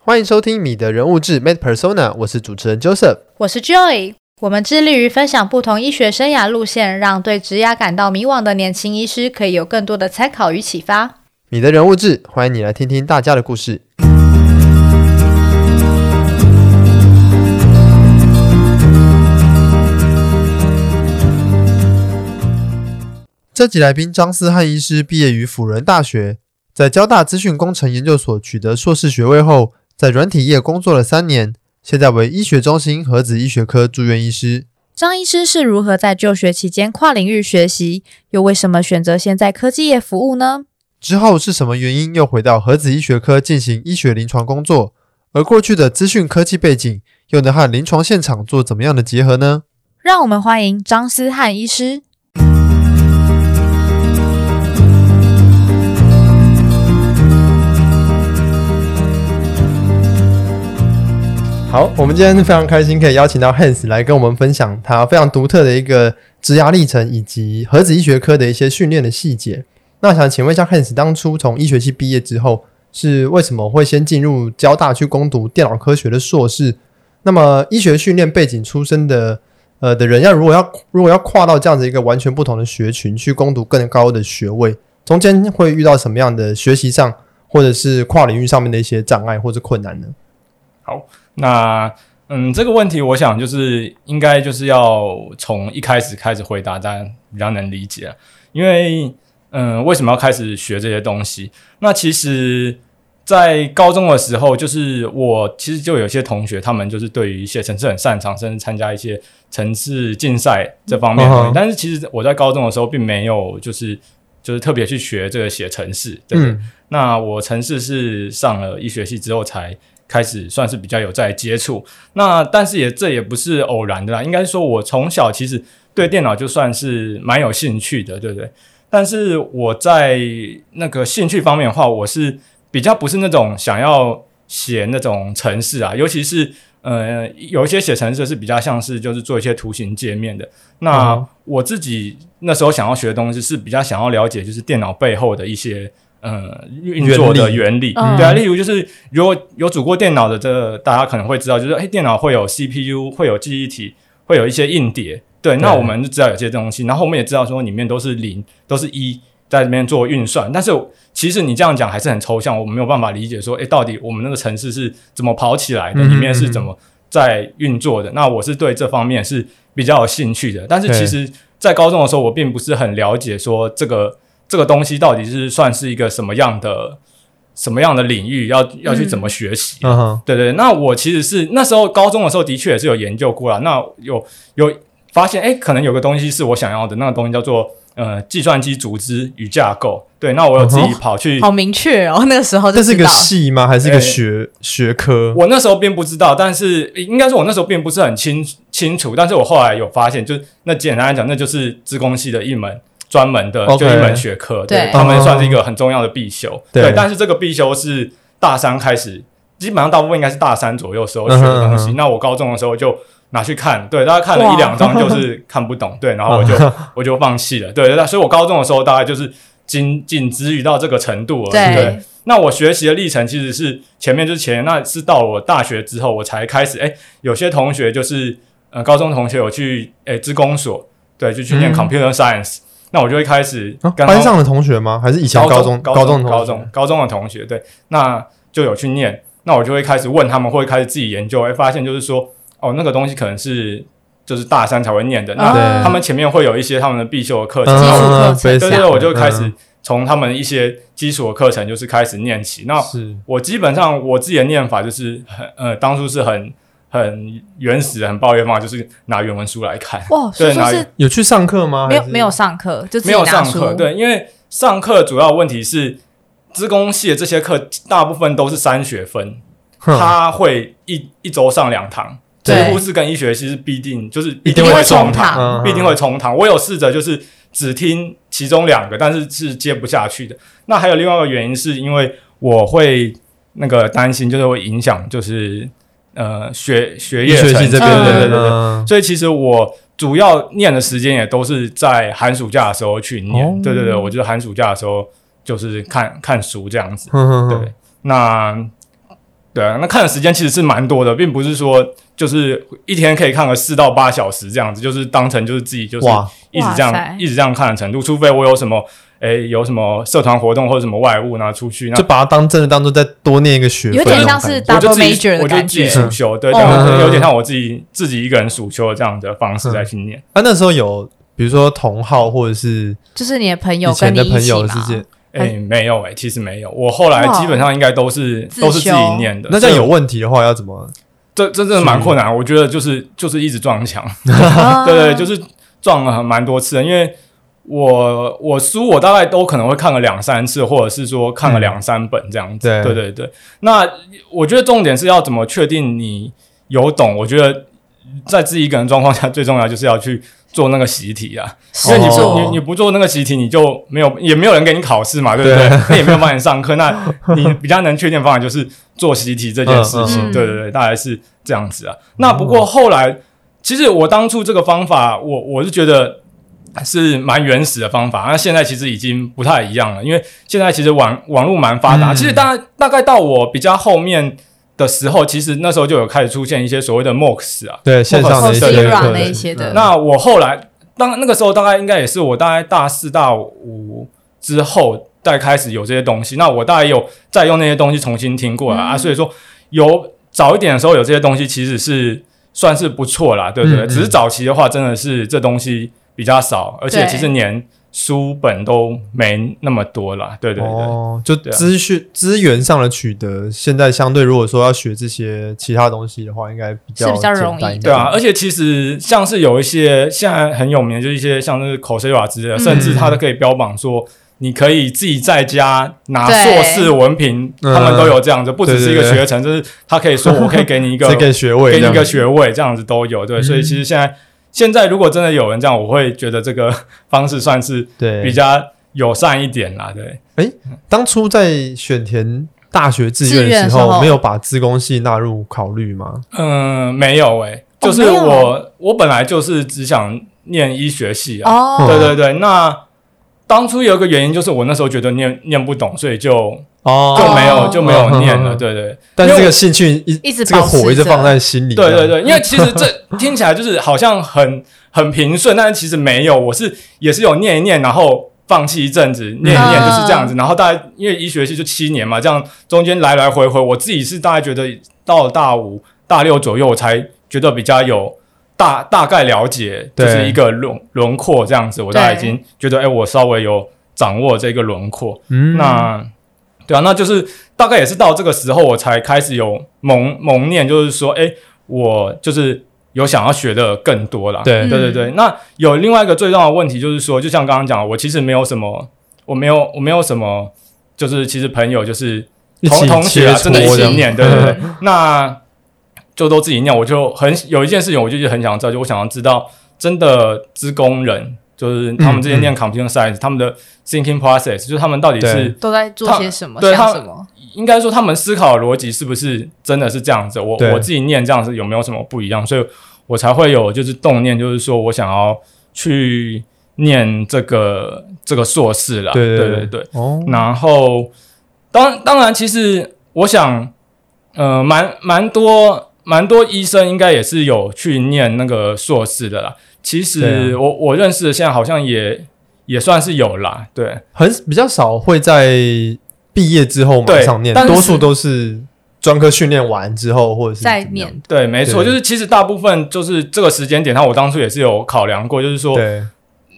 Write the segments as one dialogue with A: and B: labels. A: 欢迎收听《米的人物志 Made Persona》，我是主持人 Joseph。
B: 我是 Joy，我们致力于分享不同医学生涯路线，让对职涯感到迷惘的年轻医师可以有更多的参考与启发。
A: 米的人物志，欢迎你来听听大家的故事。这集来宾张思翰医师毕业于辅仁大学，在交大资讯工程研究所取得硕士学位后，在软体业工作了三年，现在为医学中心核子医学科住院医师。
B: 张医师是如何在就学期间跨领域学习，又为什么选择先在科技业服务呢？
A: 之后是什么原因又回到核子医学科进行医学临床工作？而过去的资讯科技背景又能和临床现场做怎么样的结合呢？
B: 让我们欢迎张思翰医师。
A: 好，我们今天非常开心可以邀请到 Hans 来跟我们分享他非常独特的一个职涯历程，以及核子医学科的一些训练的细节。那想请问一下，Hans 当初从医学系毕业之后，是为什么会先进入交大去攻读电脑科学的硕士？那么医学训练背景出身的呃的人，要如果要如果要跨到这样子一个完全不同的学群去攻读更高的学位，中间会遇到什么样的学习上或者是跨领域上面的一些障碍或者困难呢？
C: 那嗯，这个问题我想就是应该就是要从一开始开始回答，大家比较能理解啊。因为嗯，为什么要开始学这些东西？那其实，在高中的时候，就是我其实就有些同学，他们就是对于一些城市很擅长，甚至参加一些城市竞赛这方面的东
A: 嗯
C: 西。
A: 哼
C: 但是其实我在高中的时候，并没有就是就是特别去学这个写城市。对。
A: 嗯
C: 那我城市是上了医学系之后才开始算是比较有在接触。那但是也这也不是偶然的啦，应该说我从小其实对电脑就算是蛮有兴趣的，对不对？但是我在那个兴趣方面的话，我是比较不是那种想要写那种程式啊，尤其是呃有一些写程式是比较像是就是做一些图形界面的。
A: 嗯
C: 那我自己那时候想要学的东西是比较想要了解就是电脑背后的一些呃运作
A: 原
C: 的
A: 理
C: 原理，
B: 嗯
C: 对啊，例如就是如果有组过电脑的这大家可能会知道，就是哎电脑会有 CPU，会有记忆体，会有一些硬碟。对，那
A: 对
C: 我们就知道有些东西，然后我们也知道说里面都是零，都是一，在这边做运算。但是其实你这样讲还是很抽象，我没有办法理解说，哎，到底我们那个城市是怎么跑起来的，
A: 嗯
C: 里面是怎么在运作的？那我是对这方面是比较有兴趣的，但是
A: 对
C: 其实，在高中的时候，我并不是很了解说这个这个东西到底是算是一个什么样的什么样的领域，要要去怎么学习。
A: 嗯哼，
C: 对对，那我其实是那时候高中的时候，的确也是有研究过啦。那有有发现，哎，可能有个东西是我想要的，那个东西叫做呃计算机组织与架构。对，那我有自己
A: 嗯
C: 跑去，
B: 好明确哦，那个时候
A: 这
B: 就是
A: 一
B: 知
A: 个
B: 道。
A: 系吗？还是一个
C: 哎
A: 学、学科？
C: 我那时候并不知道，但是诶应该说我那时候并不是很清清楚，但是我后来有发现，就是那简单来讲，那就是资工系的一门。专门的
A: OK
C: 就一门学科，
B: 对
C: 他们算是一个很重要的必修。
A: 对
C: 对，但是这个必修是大三开始，基本上大部分应该是大三左右时候学
A: 嗯
C: 的
A: 哼
C: 东
A: 嗯
C: 西。
A: 哼
C: 那我高中的时候就拿去看，对，大家看了一两章就是看不 懂，对，然后我就我就放弃了，对，那所以我高中的时候大概就是仅仅止于到这个程度而已。
B: 对
C: 对那我学习的历程其实是前面就是前，那是到我大学之后我才开始，哎，有些同学就是呃高中同学有去哎职工所，对，就去念
A: 嗯
C: computer science，、那我就会开始
A: 啊
C: 跟他们
A: 班上的同学吗？还是以前
C: 高
A: 中
C: 高
A: 高中的
C: 中
A: 同
C: 高
A: 学
C: 中高中的同学，对，那就有去念，那我就会开始问他们，会开始自己研究，会发现就是说，哦，那个东西可能是就是大三才会念
D: 嗯
C: 的，那
B: 嗯
A: 对
C: 他们前面会有一些他们的必修的课程，
A: 嗯
B: 基础
A: 嗯嗯
B: 课程
A: 嗯
C: 对对
A: basic
C: 对，我就开
A: 嗯
C: 始从他们一些基础的课程就是开始念起，那
A: 是
C: 我基本上我自己的念法就是很呃，当初是很很原始、很抱怨方法，就是拿原文书来看，
B: 哇，叔
C: 对
B: 叔
C: 哪
B: 是
A: 有去上课吗？
B: 没有
A: 还是
B: 没有上课，就自己
C: 没有
B: 拿
C: 上
B: 书
C: 课，，对，因为上课主要问题是资工系的这些课大部分都是三学分，
A: 哼
C: 他会一一周上两堂，几
B: 对
C: 乎是跟医学系是必定就是
A: 一
C: 一
A: 定
C: 定
A: 会
C: 会
B: 冲
C: 冲
B: 堂
A: 嗯
C: 堂，必定会冲堂。我有试着就是只听其中两个，但是是接不下去的。那还有另外一个原因是因为我会那个担心，就是会影响就是呃学学
A: 医
C: 业
A: 学
C: 成
A: 系
C: 绩
A: 这边
C: 对对对对
A: 的
C: 对对
A: 嗯
C: 所以其实我主要念的时间也都是在寒暑假的时候去念。
A: 哦
C: 对对对，我就是寒暑假的时候就是看看书这样子。
A: 哼哼哼
C: 嗯对，那对啊，那看的时间其实是蛮多的，并不是说就是一天可以看个四到八小时这样子，就是当成就是自己就是
A: 哇
C: 一直这
B: 哇塞
C: 样一直这样看的程度，除非我有什么诶、有什么社团活动或者什么外务呢出去，那
A: 就把它当真的当做再多念一个学分
B: 有
A: 那种
B: 点
A: 感觉，
B: 像是
C: 嗯我就
B: double
C: 自己
B: major 的
C: 我就
B: 感
C: 自己
B: 觉。
C: 暑修，
B: 嗯
C: 对，这样
A: 嗯
C: 有点像我自己自己一个人暑修的这样的方式在去念。
A: 他啊那时候有，比如说同号或者是
B: 就是你的朋友
A: 以
B: 跟
A: 前
B: 你
A: 的
B: 一
A: 朋
B: 起
A: 友
B: 嘛
A: 之，间，
C: 哎、没有哎、其实没有，我后来基本上应该都是
B: 自
C: 都是自己
B: 修
C: 念的。
A: 那这样有
C: 所以
A: 问题的话要怎么？
C: 这这真的蛮困难，我觉得就是就是一直撞墙。对
D: 嗯
C: 对，就是是撞了蛮多次的，因为我我书我大概都可能会看个两三次，或者是说看个两三本这样子。
A: 对
C: 对对对，那我觉得重点是要怎么确定你有懂？我觉得在自己一个人状况下，最重要就是要去做那个习题啊。因为你
A: 哦
C: 不你你不做那个习题，你就没有也没有人给你考试嘛，对不对？那也没有帮你上课，那你比较能确定的方法就是做习题这件事
B: 嗯嗯
C: 情。
B: 嗯
C: 对对对，大概是这样子啊。那不过后来，其实我当初这个方法，我我是觉得。是蛮原始的方法，那现在其实已经不太一样了，因为现在其实网网络蛮发达。
A: 嗯
C: 其实大大概到我比较后面的时候，其实那时候就有开始出现一些所谓的 MOOCs 啊，
A: 对线上的一
C: 对
A: 些
B: C
C: 对对
B: run
A: 课
B: 那一
A: 程，
B: 些的，
C: 那我后来当那个时候大概应该也是我大概大四大五之后再开始有这些东西，那我大概有再用那些东西重新听过了、
A: 嗯
C: 啊，所以说有早一点的时候有这些东西其实是算是不错啦，对不对？
A: 嗯嗯
C: 只是早期的话真的是这东西比较少，而且
B: 对
C: 其实连书本都没那么多啦，对对对。
A: 哦，就
C: 对啊
A: 资讯资源上的取得，现在相对如果说要学这些其他东西的话，应该比较
B: 是比较容易
A: 简单一点
C: 对啊，而且其实像是有一些现在很有名的，就是一些像是 Coursera 之类的，
B: 嗯
C: 甚至它都可以标榜说，你可以自己在家拿
B: 对
C: 硕士文凭，
A: 嗯
C: 他们都有这样子，不只是一个
A: 对对对
C: 学程，就是他可以说我可以给你一 个
A: 这个学位
C: 给
A: 这
C: 你
A: 样，
C: 一个学位，这样子都有。对，
A: 嗯
C: 所以其实现在现在如果真的有人这样，我会觉得这个方式算是
A: 对
C: 比较友善一点啦。对，
A: 当初在选填大学志
B: 志
A: 愿
B: 愿的
A: 的时
B: 时
A: 候，
B: 候
A: 没有把资工系纳入考虑吗？
C: 嗯，没有诶、
B: 哦
C: 就是
B: 没
A: 啊
B: 有
C: 我、我本来就是只想念医学系啊。
B: 哦，
C: 对对对，那当初有一个原因就是我那时候觉得念念不懂，所以就
A: 哦
C: 就没有、
B: 哦
C: 就没有念
A: 嗯嗯
C: 了。
A: 嗯
C: 对对
A: 但是这
C: 因为
A: 个
C: 我
A: 兴趣一
B: 一直
A: 这个
B: 保持
A: 火一直
B: 着
A: 放在心里，啊
C: 对对，对，因为其实这听起来就是好像很 很平顺，但是其实没有，我是也是有念一念，然后。放弃一阵子，念一念就是这样子，然后大概因为医学系就七年嘛，这样中间来来回回，我自己是大概觉得到了大五、大六左右，我才觉得比较有大 大概了解，就
A: 对
C: 是一个轮轮廓这样子，我大概已
B: 对
C: 经觉得，哎、我稍微有掌握这个轮廓，
A: 嗯，
C: 那对啊，那就是大概也是到这个时候，我才开始有蒙蒙念，就是说，哎、我就是有想要学的更多啦。
A: 对嗯
C: 对对对。那有另外一个最重要的问题就是说，就像刚刚讲的，我其实没有什么，我没有我没有什么，就是其实朋友就是
A: 一
C: 同
A: 起
C: 同学
A: 切
C: 啊，真的一
A: 磋这
C: 起
A: 样
C: 念，对对对。那就都自己念，我就很有一件事情，我就是很想知道，就我想要知道真的职工人，就是他
A: 嗯
C: 们这些念 computer science，、他们的 thinking process，就是他们到底
A: 对
C: 是
B: 都在做些什么，
C: 他对
B: 想
C: 他
B: 什么，
C: 应该说他们思考的逻辑是不是真的是这样子？我
A: 对
C: 我自己念这样子有没有什么不一样？所以我才会有就是动念，就是说我想要去念这个这个硕士啦。
A: 对
C: 对
A: 对
C: 对。
A: 哦，
C: 然后，当当然，其实我想，呃，蛮蛮多蛮多医生应该也是有去念那个硕士的啦。其
A: 对
C: 实
A: 啊
C: 我、我认识的现在好像也也算是有啦，对。
A: 很比较少会在毕业之后马上念，
C: 对但是
A: 多数都是专科训练完之后或者是
B: 在
A: 怎么样
B: 念，
C: 对，没错，
A: 对
C: 就是其实大部分就是这个时间点，然后我当初也是有考量过，就是说
A: 对，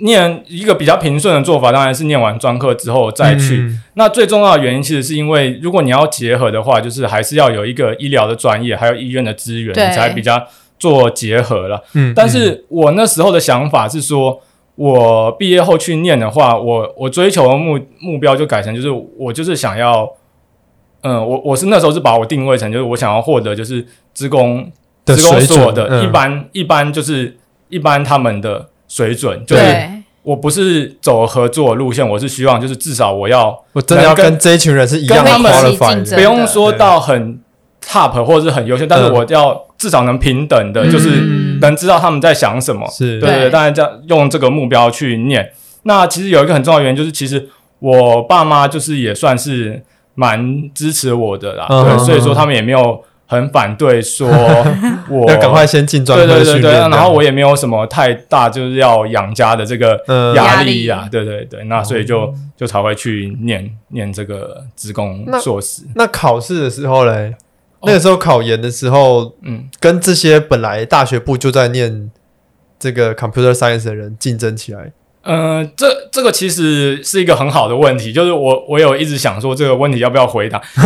C: 念一个比较平顺的做法，当然是念完专科之后再去。
A: 嗯
C: 那最重要的原因其实是因为，如果你要结合的话，就是还是要有一个医疗的专业，还有医院的资源，
B: 对
C: 你才比较做结合了。
A: 嗯，
C: 但是我那时候的想法是说，我毕业后去念的话，我我追求的目目标就改成就是我就是想要，嗯，我我是那时候是把我定位成就是我想要获得就是职工
A: 的
C: 职工
A: 水
C: 所
A: 准
C: 的、
A: 嗯
C: 一般一般就是一般他们的水准，就是
B: 对，
C: 我不是走合作路线，我是希望就是至少我要
A: 我真的要
C: 能跟
A: 跟这一群人是一样的
C: 跟他们
B: 一起
A: qualified
B: 竞
A: 的
B: 争
C: 不用说
A: 对
C: 到很 top 或者是很优秀，但是
A: 嗯
C: 我要至少能平等的，就是
B: 嗯
C: 能知道他们在想什么。
A: 是，
C: 对
B: 对
C: 对，当然这样用这个目标去念。那其实有一个很重要的原因，就是其实我爸妈就是也算是蛮支持我的啦，
A: 嗯嗯
C: 对，
A: 嗯
C: 所以说他们也没有很反对说我
A: 要赶快先进专
C: 对
A: 科
C: 对
A: 训
C: 对对，
A: 练。
C: 然后我也没有什么太大就是要养家的这个
A: 嗯
C: 压力啊
B: 压，
C: 对对对，那所以就就才会去念念这个职工
A: 那
C: 硕士，
A: 那考试的时候嘞，
C: 哦
A: 那个时候考研的时候，
C: 嗯，
A: 跟这些本来大学部就在念这个 computer science 的人竞争起来。
C: 呃，这这个其实是一个很好的问题，就是我我有一直想说这个问题要不要回答，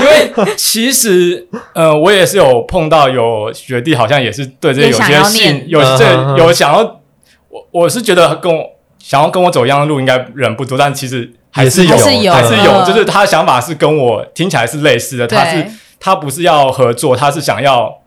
C: 因为因为其实呃，我也是有碰到有学弟好像也是对这
B: 也
C: 有
B: 想
C: 些
B: 要
C: 信
B: 念
C: 有
A: 嗯嗯
C: 这
A: 嗯
C: 有想要，我我是觉得跟我想要跟我走一样的路应该人不多，但其实还是
A: 也
C: 有
A: 是有
C: 还是
A: 嗯
C: 有，就是他的想法是跟我听起来是类似的，他是
B: 对，
C: 他不是要合作，他是想要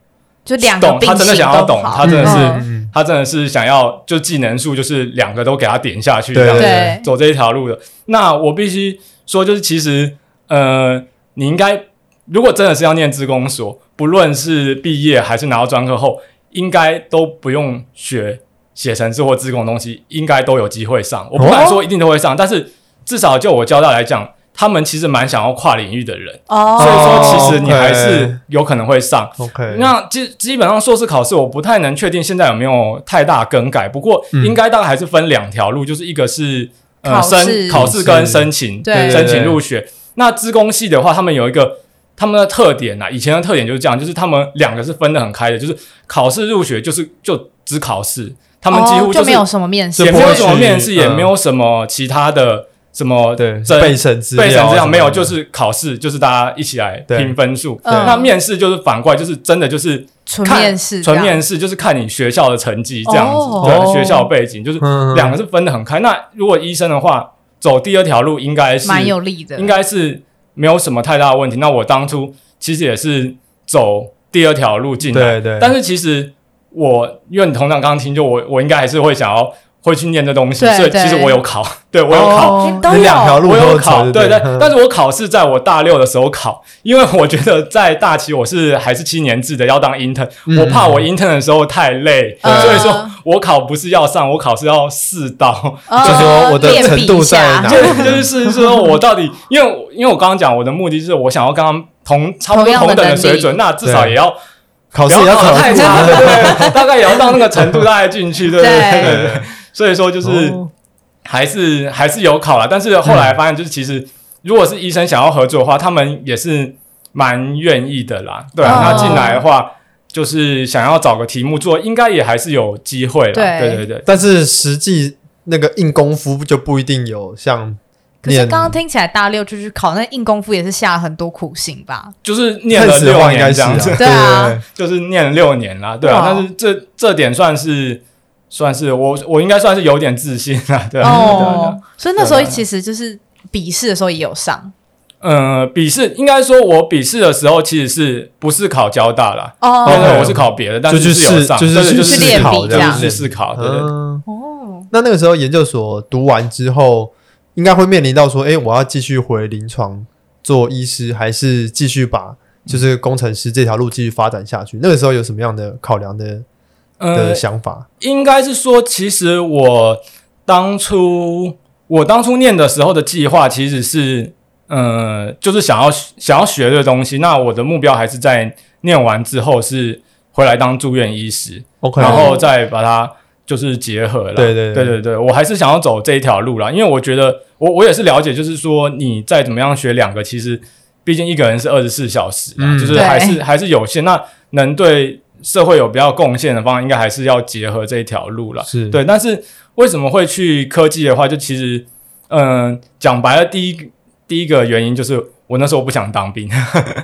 B: 就两个
C: 懂
B: 并
C: 他真的
B: 行
C: 想要
B: 都
C: 懂
B: 好
C: 啊他真的是
B: 嗯
A: 嗯
C: 他真的是想要就技能树，就是两个都给他点下去，
A: 对
C: 这样
B: 对
C: 子走这一条路的。那我必须说，就是其实呃，你应该如果真的是要念职工所，不论是毕业还是拿到专科后，应该都不用学写程式或自工的东西，应该都有机会上。我不敢说一定都会上，但是至少就我交代来讲，他们其实蛮想要跨领域的人，所以
B: 哦，
C: 说其实你还
A: 哦
C: 是有可能会上。
A: OK，
C: 那基基本上硕士考试，我不太能确定现在有没有太大更改，不过
A: 嗯
C: 应该大概还是分两条路，就是一个是呃
B: 考试
C: 申考试跟申请，
B: 对
C: 申请入学。那资工系的话，他们有一个他们的特点呐、啊，以前的特点就是这样，就是他们两个是分得很开的，就是考试入学就是就只考试，他们几乎
B: 哦
C: 就
B: 就是没有什么面试
A: 就
C: 也
A: 不
C: 没
A: 会
C: 有什么
A: 去
C: 面试，也
A: 嗯
C: 没有什么其他的什么
A: 对
C: 真
A: 背审资料
C: 背
A: 什么
C: 审
A: 的，
C: 这样没有，就是考试，就是大家一起来
A: 对
C: 拼分数。
B: 嗯
C: 那面试就是反过来，就是真的就是
B: 纯
C: 看
B: 面试这
C: 纯
B: 样，
C: 面试就是看你学校的成绩这样子，
B: 哦
C: 对学校背景，就是
A: 嗯
C: 两个是分得很开。那如果医生的话，走第二条路应该是
B: 蛮有力的，
C: 应该是没有什么太大的问题。那我当初其实也是走第二条路进来，
A: 对对
C: 但是其实我因为你同长刚刚听，就我我应该还是会想要会去念这东西，
B: 对
C: 所以其
B: 对
C: 实我有考， 对我有考。
A: 哦
B: 诶都
A: 你两条
B: 有。
A: 路
C: 我有
A: 都
C: 考，
A: 走
C: 对对，但
A: 是
C: 是我考试在我大六的时候考，因为我觉得在大七我是还是七年制的，要当 intern，、
A: 嗯
C: 我怕我 intern 的时候太累，
B: 嗯
C: 所以说我考不是要上，我考是要试到，
B: 哦
A: 就说我的
B: 练
A: 程
B: 笔
A: 度
B: 一下
A: 在 哪
C: 就是就是说我到底，因为我因为我刚刚讲我的目的是我想要跟他们同差不
B: 同
C: 多
B: 样
C: 同
B: 的
C: 等的
B: 能力
C: 水准，那至少
A: 对
C: 也要
A: 考
C: 不
A: 试也哦要
C: 要考
A: 考
C: 得太
A: 试
C: 差，对对对，大概也要到那个程度大概进去，对对
B: 对
C: 对对。所以说就是
A: 哦
C: 还是还是有考啦，但是后来发现就是其实如果是医生想要合作的话，他们也是蛮愿意的啦。对啊，
B: 哦
C: 那进来的话就是想要找个题目做，应该也还是有机会啦。
B: 对
C: 对对对。
A: 但是实际那个硬功夫就不一定有像
B: 可是
A: 念
B: 刚刚听起来大六就去考，那硬功夫也是下了很多苦心吧？
C: 就是念
A: 看
C: 了
A: 死的
C: 六
A: 话应该
C: 年这
A: 是啊
C: 样子，
B: 对啊
A: 对
C: 就是念了六年啦，对啊，
B: 哇
C: 但是这这点算是算是我我应该算是有点自信啦， 对啊，对啊对啊
B: 哦，所以那时候
C: 对啊
B: 其实就是笔试的时候也有上
C: 呃，笔试应该说，我笔试的时候其实是不是考交大啦？
B: 哦
C: 对
A: 哦
C: 对，我是考别的，但
A: 就是去
C: 是有
A: 试，
C: 上，
A: 是
C: 对对
A: 去
C: 就
B: 去
C: 是
B: 练
A: 考
B: 笔
A: 这
B: 这
A: 样
B: 样
A: 子，
C: 去试考，对对对。
A: 嗯
B: 哦，
A: 那那个时候研究所读完之后，应该会面临到说，哎、我要继续回临床做医师，还是继续把就是工程师这条路继续发展下去？那个时候有什么样的考量的
C: 呃
A: 的，想法？
C: 应该是说，其实我当初我当初念的时候的计划其实是，呃，就是想要想要学的东西。那我的目标还是在念完之后是回来当住院医师，
A: OK，
C: 然后再把它就是结合了。
A: 对对对
C: 对对对，我还是想要走这一条路啦，因为我觉得我我也是了解，就是说你再怎么样学两个，其实毕竟一个人是二十四小时嘛，
A: 嗯
C: 就是
B: 对
C: 还是还是有限。那能对社会有比较贡献的方，应该还是要结合这一条路啦。
A: 是
C: 对，但是为什么会去科技的话，就其实嗯，讲白了，第一第一个原因就是我那时候不想当兵。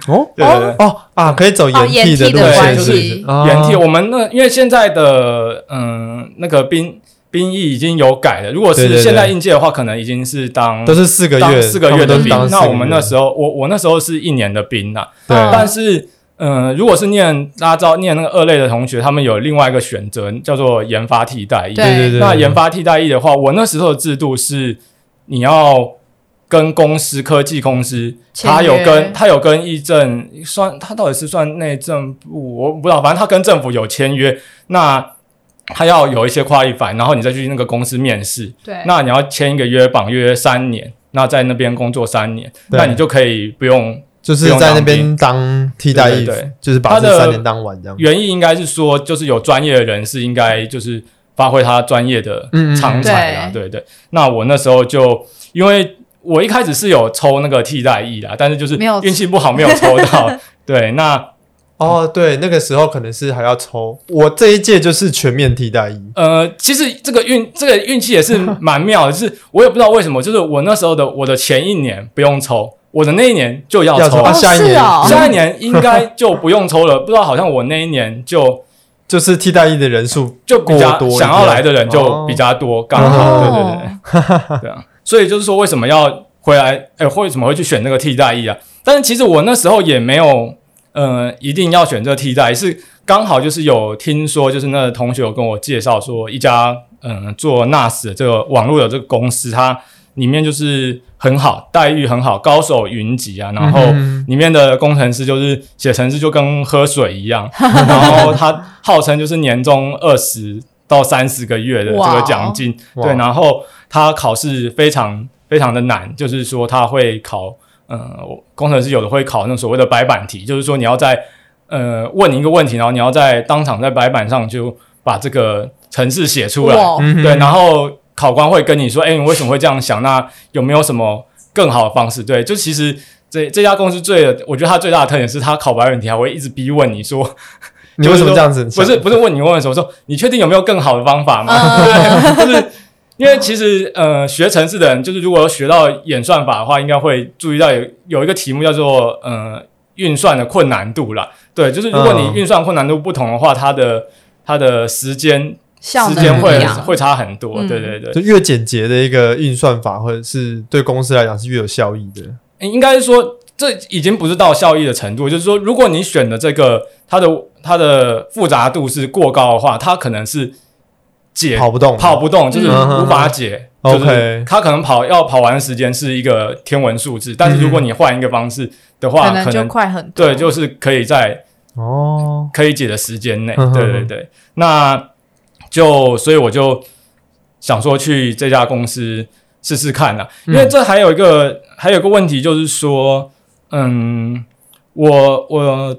A: 哦
C: 对对对。
A: 哦啊，可以走
B: 哦
A: 研替
B: 研替
A: 路
B: 的
A: 线，
C: 关
A: 是不
B: 系
A: 是哦
C: 原替我们那因为现在的嗯那个兵兵役已经有改了，如果
A: 对对
C: 是
A: 对
C: 现在应届的话，可能已经是当
A: 都是四个
C: 当
A: 月，
C: 四个月
A: 他们都
C: 的
A: 是
C: 兵
A: 当。
C: 那我们那
A: 候
C: 时候我我那时候是一年的兵呐、
A: 对，
B: 嗯
C: 但是嗯、呃如果是念大家知道念那个二类的同学，他们有另外一个选择叫做研发替代役。
B: 对
A: 对对对，
C: 那研发替代役的话，我那时候的制度是你要。跟公司科技公司，
B: 签
C: 他有
B: 约
C: 跟他有跟议政算，他到底是算内政部，我不知道，反正他跟政府有签约，那他要有一些跨一反，然后你再去那个公司面试，
B: 对，
C: 那你要签一个约绑约三年，那在那边工作三年，
A: 对
C: 那你就可以不用。
A: 就是在那边当替代役
C: 对对对，
A: 就是把
C: 他
A: 这
C: 的
A: 三年当完这样。
C: 原意应该是说，就是有专业的人士应该就是发挥他专业的
A: 嗯嗯嗯
C: 长才啊，
B: 对
C: 对对。那我那时候就因为我一开始是有抽那个替代役啦，但是就是
B: 没有
C: 运气不好没有抽到。 对，那
A: 哦，对，那个时候可能是还要抽。我这一届就是全面替代役，
C: 呃，其实这个运这个运气也是蛮妙的， 就是我也不知道为什么，就是我那时候的我的前一年不用抽，我的那一年就要
A: 要
C: 抽，
A: 抽啊，
B: 哦
A: 下一
B: 是
A: 年
B: 哦
C: 下一年应该就不用抽了。不知道好像我那一年就
A: 就是替代役的人数
C: 就比较
A: 过多
C: 想要来的人
A: 哦
C: 就比较多，刚好、对对对对，对啊。所以就是说，为什么要回来？哎、为什么会去选这个替代役啊？但是其实我那时候也没有，呃，一定要选这个替代，是刚好就是有听说，就是那个同学有跟我介绍说，一家嗯、呃做 NAS 的这个网络的这个公司，它里面就是很好，待遇很好，高手云集啊，然后
A: 嗯哼
C: 里面的工程师就是写程式就跟喝水一样， 然后他号称就是年终二十到三十个月的这
B: 哇
C: 个
B: 哦
C: 奖金，
A: 哇
C: 对，然后他考试非常非常的难，就是说他会考，呃，工程师有的会考那种所谓的白板题，就是说你要在呃问你一个问题，然后你要在当场在白板上就把这个程式写出来，
B: 哇
A: 嗯哼
C: 对，然后考官会跟你说，哎、你为什么会这样想？那有没有什么更好的方式？对，就其实这这家公司最，我觉得它最大的特点是，它考白问题还会一直逼问你说，
A: 你为什么这样子？
C: 不是不是问你问的时候说，你确定有没有更好的方法吗？
B: 嗯呃
C: 对， 就是因为其实呃，学程式的人，就是如果有学到演算法的话，应该会注意到有有一个题目叫做呃运算的困难度啦。对，就是如果
A: 嗯
C: 你运算困难度不同的话，它的它的时间
B: 效
C: 时
B: 能
C: 间
B: 不一
C: 会
B: 样，
C: 会差很多。
B: 嗯
C: 对对对，
A: 就越简洁的一个运算法，或者是对公司来讲是越有效益的。
C: 应该是说这已经不是到效益的程度，就是说，如果你选的这个它的它的复杂度是过高的话，它可能是解
A: 跑不动
C: 跑不动，就是
A: 嗯
C: 无法解。
A: 嗯
C: 就是
A: OK
C: 它可能跑要跑完的时间是一个天文数字，
A: 嗯
C: 但是如果你换一个方式的话，
B: 可能
C: 可
B: 就
C: 能
B: 快很多。
C: 对，就是可以在
A: 哦，
C: 可以解的时间内。
A: 嗯哼
C: 对对对，那就所以我就想说去这家公司试试看啦，
A: 嗯
C: 因为这还有一个、还有一个问题就是说，嗯，我我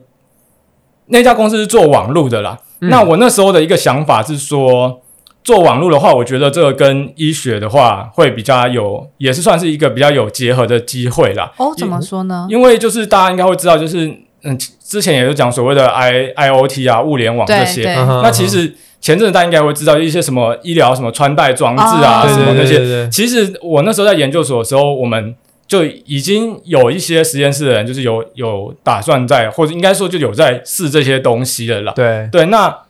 C: 那家公司是做网络的啦，
A: 嗯
C: 那我那时候的一个想法是说。做网络的话，我觉得这个跟医学的话会比较有，也是算是一个比较有结合的机会啦。
B: 哦，怎么说呢？
C: 因为就是大家应该会知道，就是嗯，之前也有讲所谓的 I I O T 啊，物联网这
B: 对
C: 些。
B: 对
A: 嗯哼
C: 那其实前阵子大家应该会知道一些什么医疗什么穿戴装置啊，
B: 哦
A: 对
C: 什么
A: 对
C: 那
A: 对
C: 些。
A: 对对，
C: 其实我那时候在研究所的时候，我们就已经有一些实验室的人，就是有有打算在，或者应该说就有在试这些东西了啦。
A: 对，
C: 对，那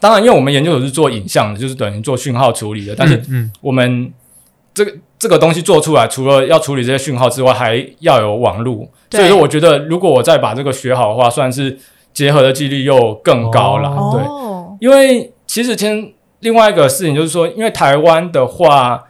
C: 当然，因为我们研究所是做影像的，就是等于做讯号处理的，但是
A: 嗯，
C: 我们这个这个东西做出来，除了要处理这些讯号之外，还要有网络。
B: 对
C: 所以说，我觉得如果我再把这个学好的话，算是结合的几率又更高了。
A: 哦
C: 嗯对，
B: 哦，
C: 因为其实天另外一个事情就是说，因为台湾的话，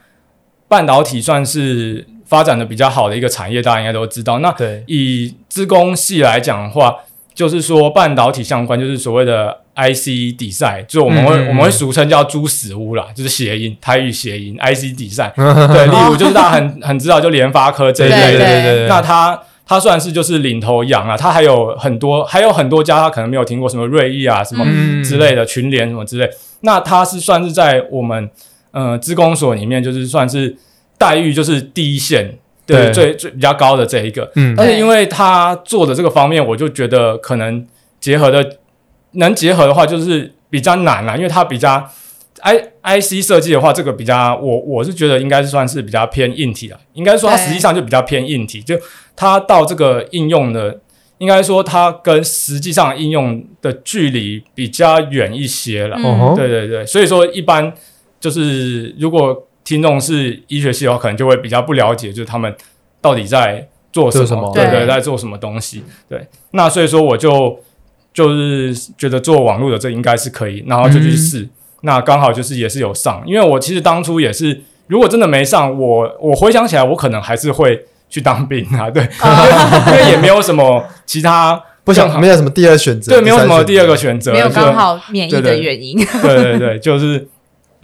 C: 半导体算是发展的比较好的一个产业，大家应该都知道。那
A: 对，
C: 以资工系来讲的话，就是说半导体相关，就是所谓的 IC 比赛，就是我们会、
A: 嗯嗯嗯
C: 我们会俗称叫“猪屎屋”啦，就是谐音，台语谐音 IC 比 赛。对，例如就是大家很很知道，就联发科这一
A: 对
C: 类的
A: 对对对对，
C: 那它它算是就是领头羊啊，它还有很多还有很多家，它可能没有听过什么瑞意啊什么
A: 嗯
C: 之类的、群联什么之类。那它是算是在我们呃资工所里面，就是算是待遇就是第一线，对
A: 对
C: 最最比较高的这一个。
A: 嗯
C: 但是因为它做的这个方面，我就觉得可能结合的能结合的话，就是比较难啦，因为它比较 I I C 设计的话，这个比较我我是觉得应该是算是比较偏硬体了，应该说它
B: 对
C: 实际上就比较偏硬体，就它到这个应用的，应该说它跟实际上应用的距离比较远一些了。
A: 哦吼
C: 对对对，所以说一般就是如果听众是医学系的话，可能就会比较不了解，就是他们到底在做什么，
A: 做什么
C: 对
B: 对
C: 对，在做什么东西。对，那所以说我就就是觉得做网络的这应该是可以，然后就去
A: 嗯
C: 试。那刚好就是也是有上，因为我其实当初也是，如果真的没上，我我回想起来，我可能还是会去当兵啊， 对，因为因为也没有什么其他
A: 不
C: 更
A: 想
C: 好
A: 没有什么第二选择，
C: 对，没有
A: 第三
C: 什么
A: 选择
C: 第二个选择，
B: 没有
C: 就
B: 刚好免疫
C: 对
B: 的
C: 对
B: 原因，
C: 对对对，就是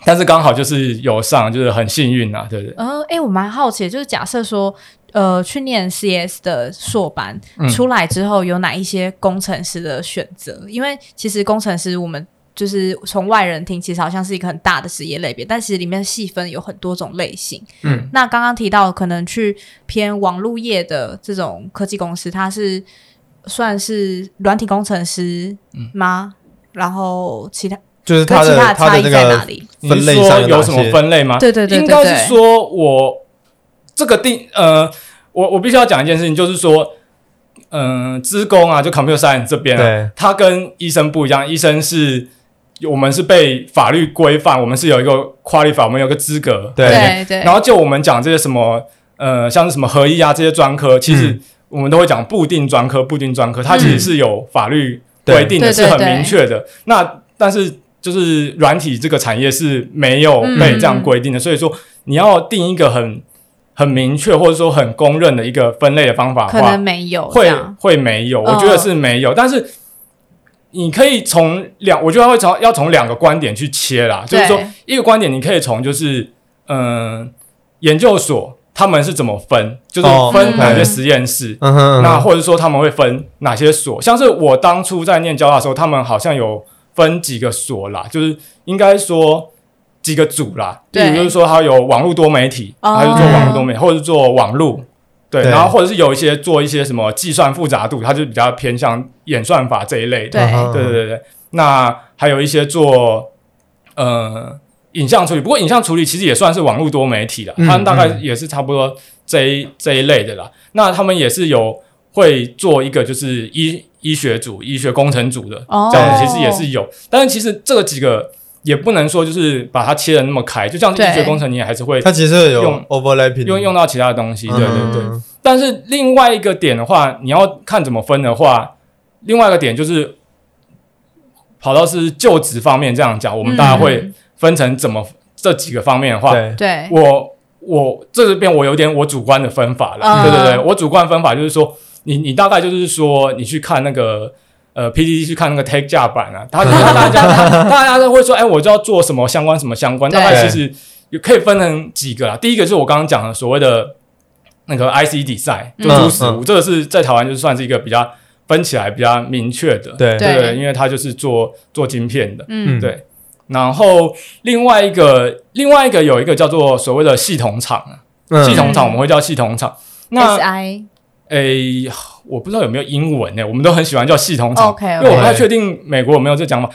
C: 但是刚好就是有上，就是很幸运啊，对不对？
D: 嗯，哎、我蛮好奇的，就是假设说，呃，去念 CS 的硕班、
C: 嗯
D: 出来之后，有哪一些工程师的选择？因为其实工程师我们就是从外人听，其实好像是一个很大的职业类别，但其实里面细分有很多种类型。
C: 嗯，
D: 那刚刚提到可能去偏网路业的这种科技公司，它是算是软体工程师
C: 嗯
D: 吗？然后其他
A: 就是
D: 跟
A: 它
D: 其
A: 的
D: 他
A: 它
D: 的差
A: 的
D: 异
A: 这
D: 在哪
A: 个
D: 里？
C: 你
A: 分
C: 是
A: 类
C: 说
A: 上
C: 有
A: 哪
C: 什么
A: 些？
C: 分类吗？
D: 对对对对
C: 啊应该
D: 对
C: 是说我这个定呃，我我必须要讲一件事情，就是说，嗯、资工啊，就 computer science 这边啊，
A: 对，
C: 它跟医生不一样，医生是我们是被法律规范，我们是有一个 qualify，我们有个资格，
A: 对
D: 对对，
C: 然后就我们讲这些什么呃，像是什么合一啊这些专科，其实我们都会讲固定专科、固定专科，它其实是有法律规定的，
D: 嗯
C: 是很
D: 对对对
C: 明确的。那但是就是软体这个产业是没有被这样规定的，
D: 嗯
C: 所以说你要定一个很很明确或者说很公认的一个分类的方法
D: 可
C: 的话
D: 能，没有这
C: 会
D: 样。
C: 会没有，我
D: 嗯
C: 觉得是没有，但是。你可以从两，我觉得会从要从两个观点去切啦，就
D: 对
C: 是说，一个观点你可以从就是，嗯、研究所他们是怎么分，就是
A: 哦
C: 分哪些
D: 嗯
C: 实验室，
A: 嗯哼，嗯哼
C: 那或者说他们会分哪些所，像是我当初在念交大的时候，他们好像有分几个所啦，就是应该说几个组啦，比
D: 对
C: 如就是说它有网络多媒体，
D: 哦
C: 它就做网络多媒体，或者是做网络。对，
A: 对
C: 然后或者是有一些做一些什么计算复杂度，它就比较偏向演算法这一类的。
D: 对
A: 嗯哼
C: 对对对对，那还有一些做呃影像处理，不过影像处理其实也算是网络多媒体了，
A: 嗯
C: 他们大概也是差不多这一这一类的啦。那他们也是有会做一个就是医医学组、医学工程组的
D: 哦
C: 这样，其实也是有。但是其实这个几个也不能说就是把它切的那么开，就像是医学
D: 对
C: 工程，你也还是会
A: 它其实有
C: 用
A: overlapping，
C: 用用到其他的东西。对对对。
A: 嗯
C: 但是另外一个点的话，你要看怎么分的话，另外一个点就是跑到是就职方面这样讲，我们大家会
D: 嗯
C: 分成怎么这几个方面的话，
A: 对，
D: 对，
C: 我我这边我有点我主观的分法了，
D: 嗯
C: 对对对，我主观分法就是说，你你大概就是说你去看那个。呃，PPT 去看那个 Take 价版啊，他他大家他大家都会说，哎、我就要做什么相关什么相关，
D: 对
C: 大概其实也可以分成几个啦。第一个就是我刚刚讲的所谓的那个 IC 比赛，就
A: 嗯
C: 猪食物，这个是在台湾就算是一个比较分起来比较明确的，
A: 对
C: 对
D: 对
C: 因为它就是做做晶片的，
D: 嗯
A: 嗯
C: 对，然后另外一个另外一个有一个叫做所谓的系统厂啊，
A: 嗯
C: 系统厂我们会叫系统厂。那
D: ，SI
C: 诶、我不知道有没有英文呢、我们都很喜欢叫系统厂
D: 哦 OK，OK
C: 因为我不太确定美国有没有这讲法。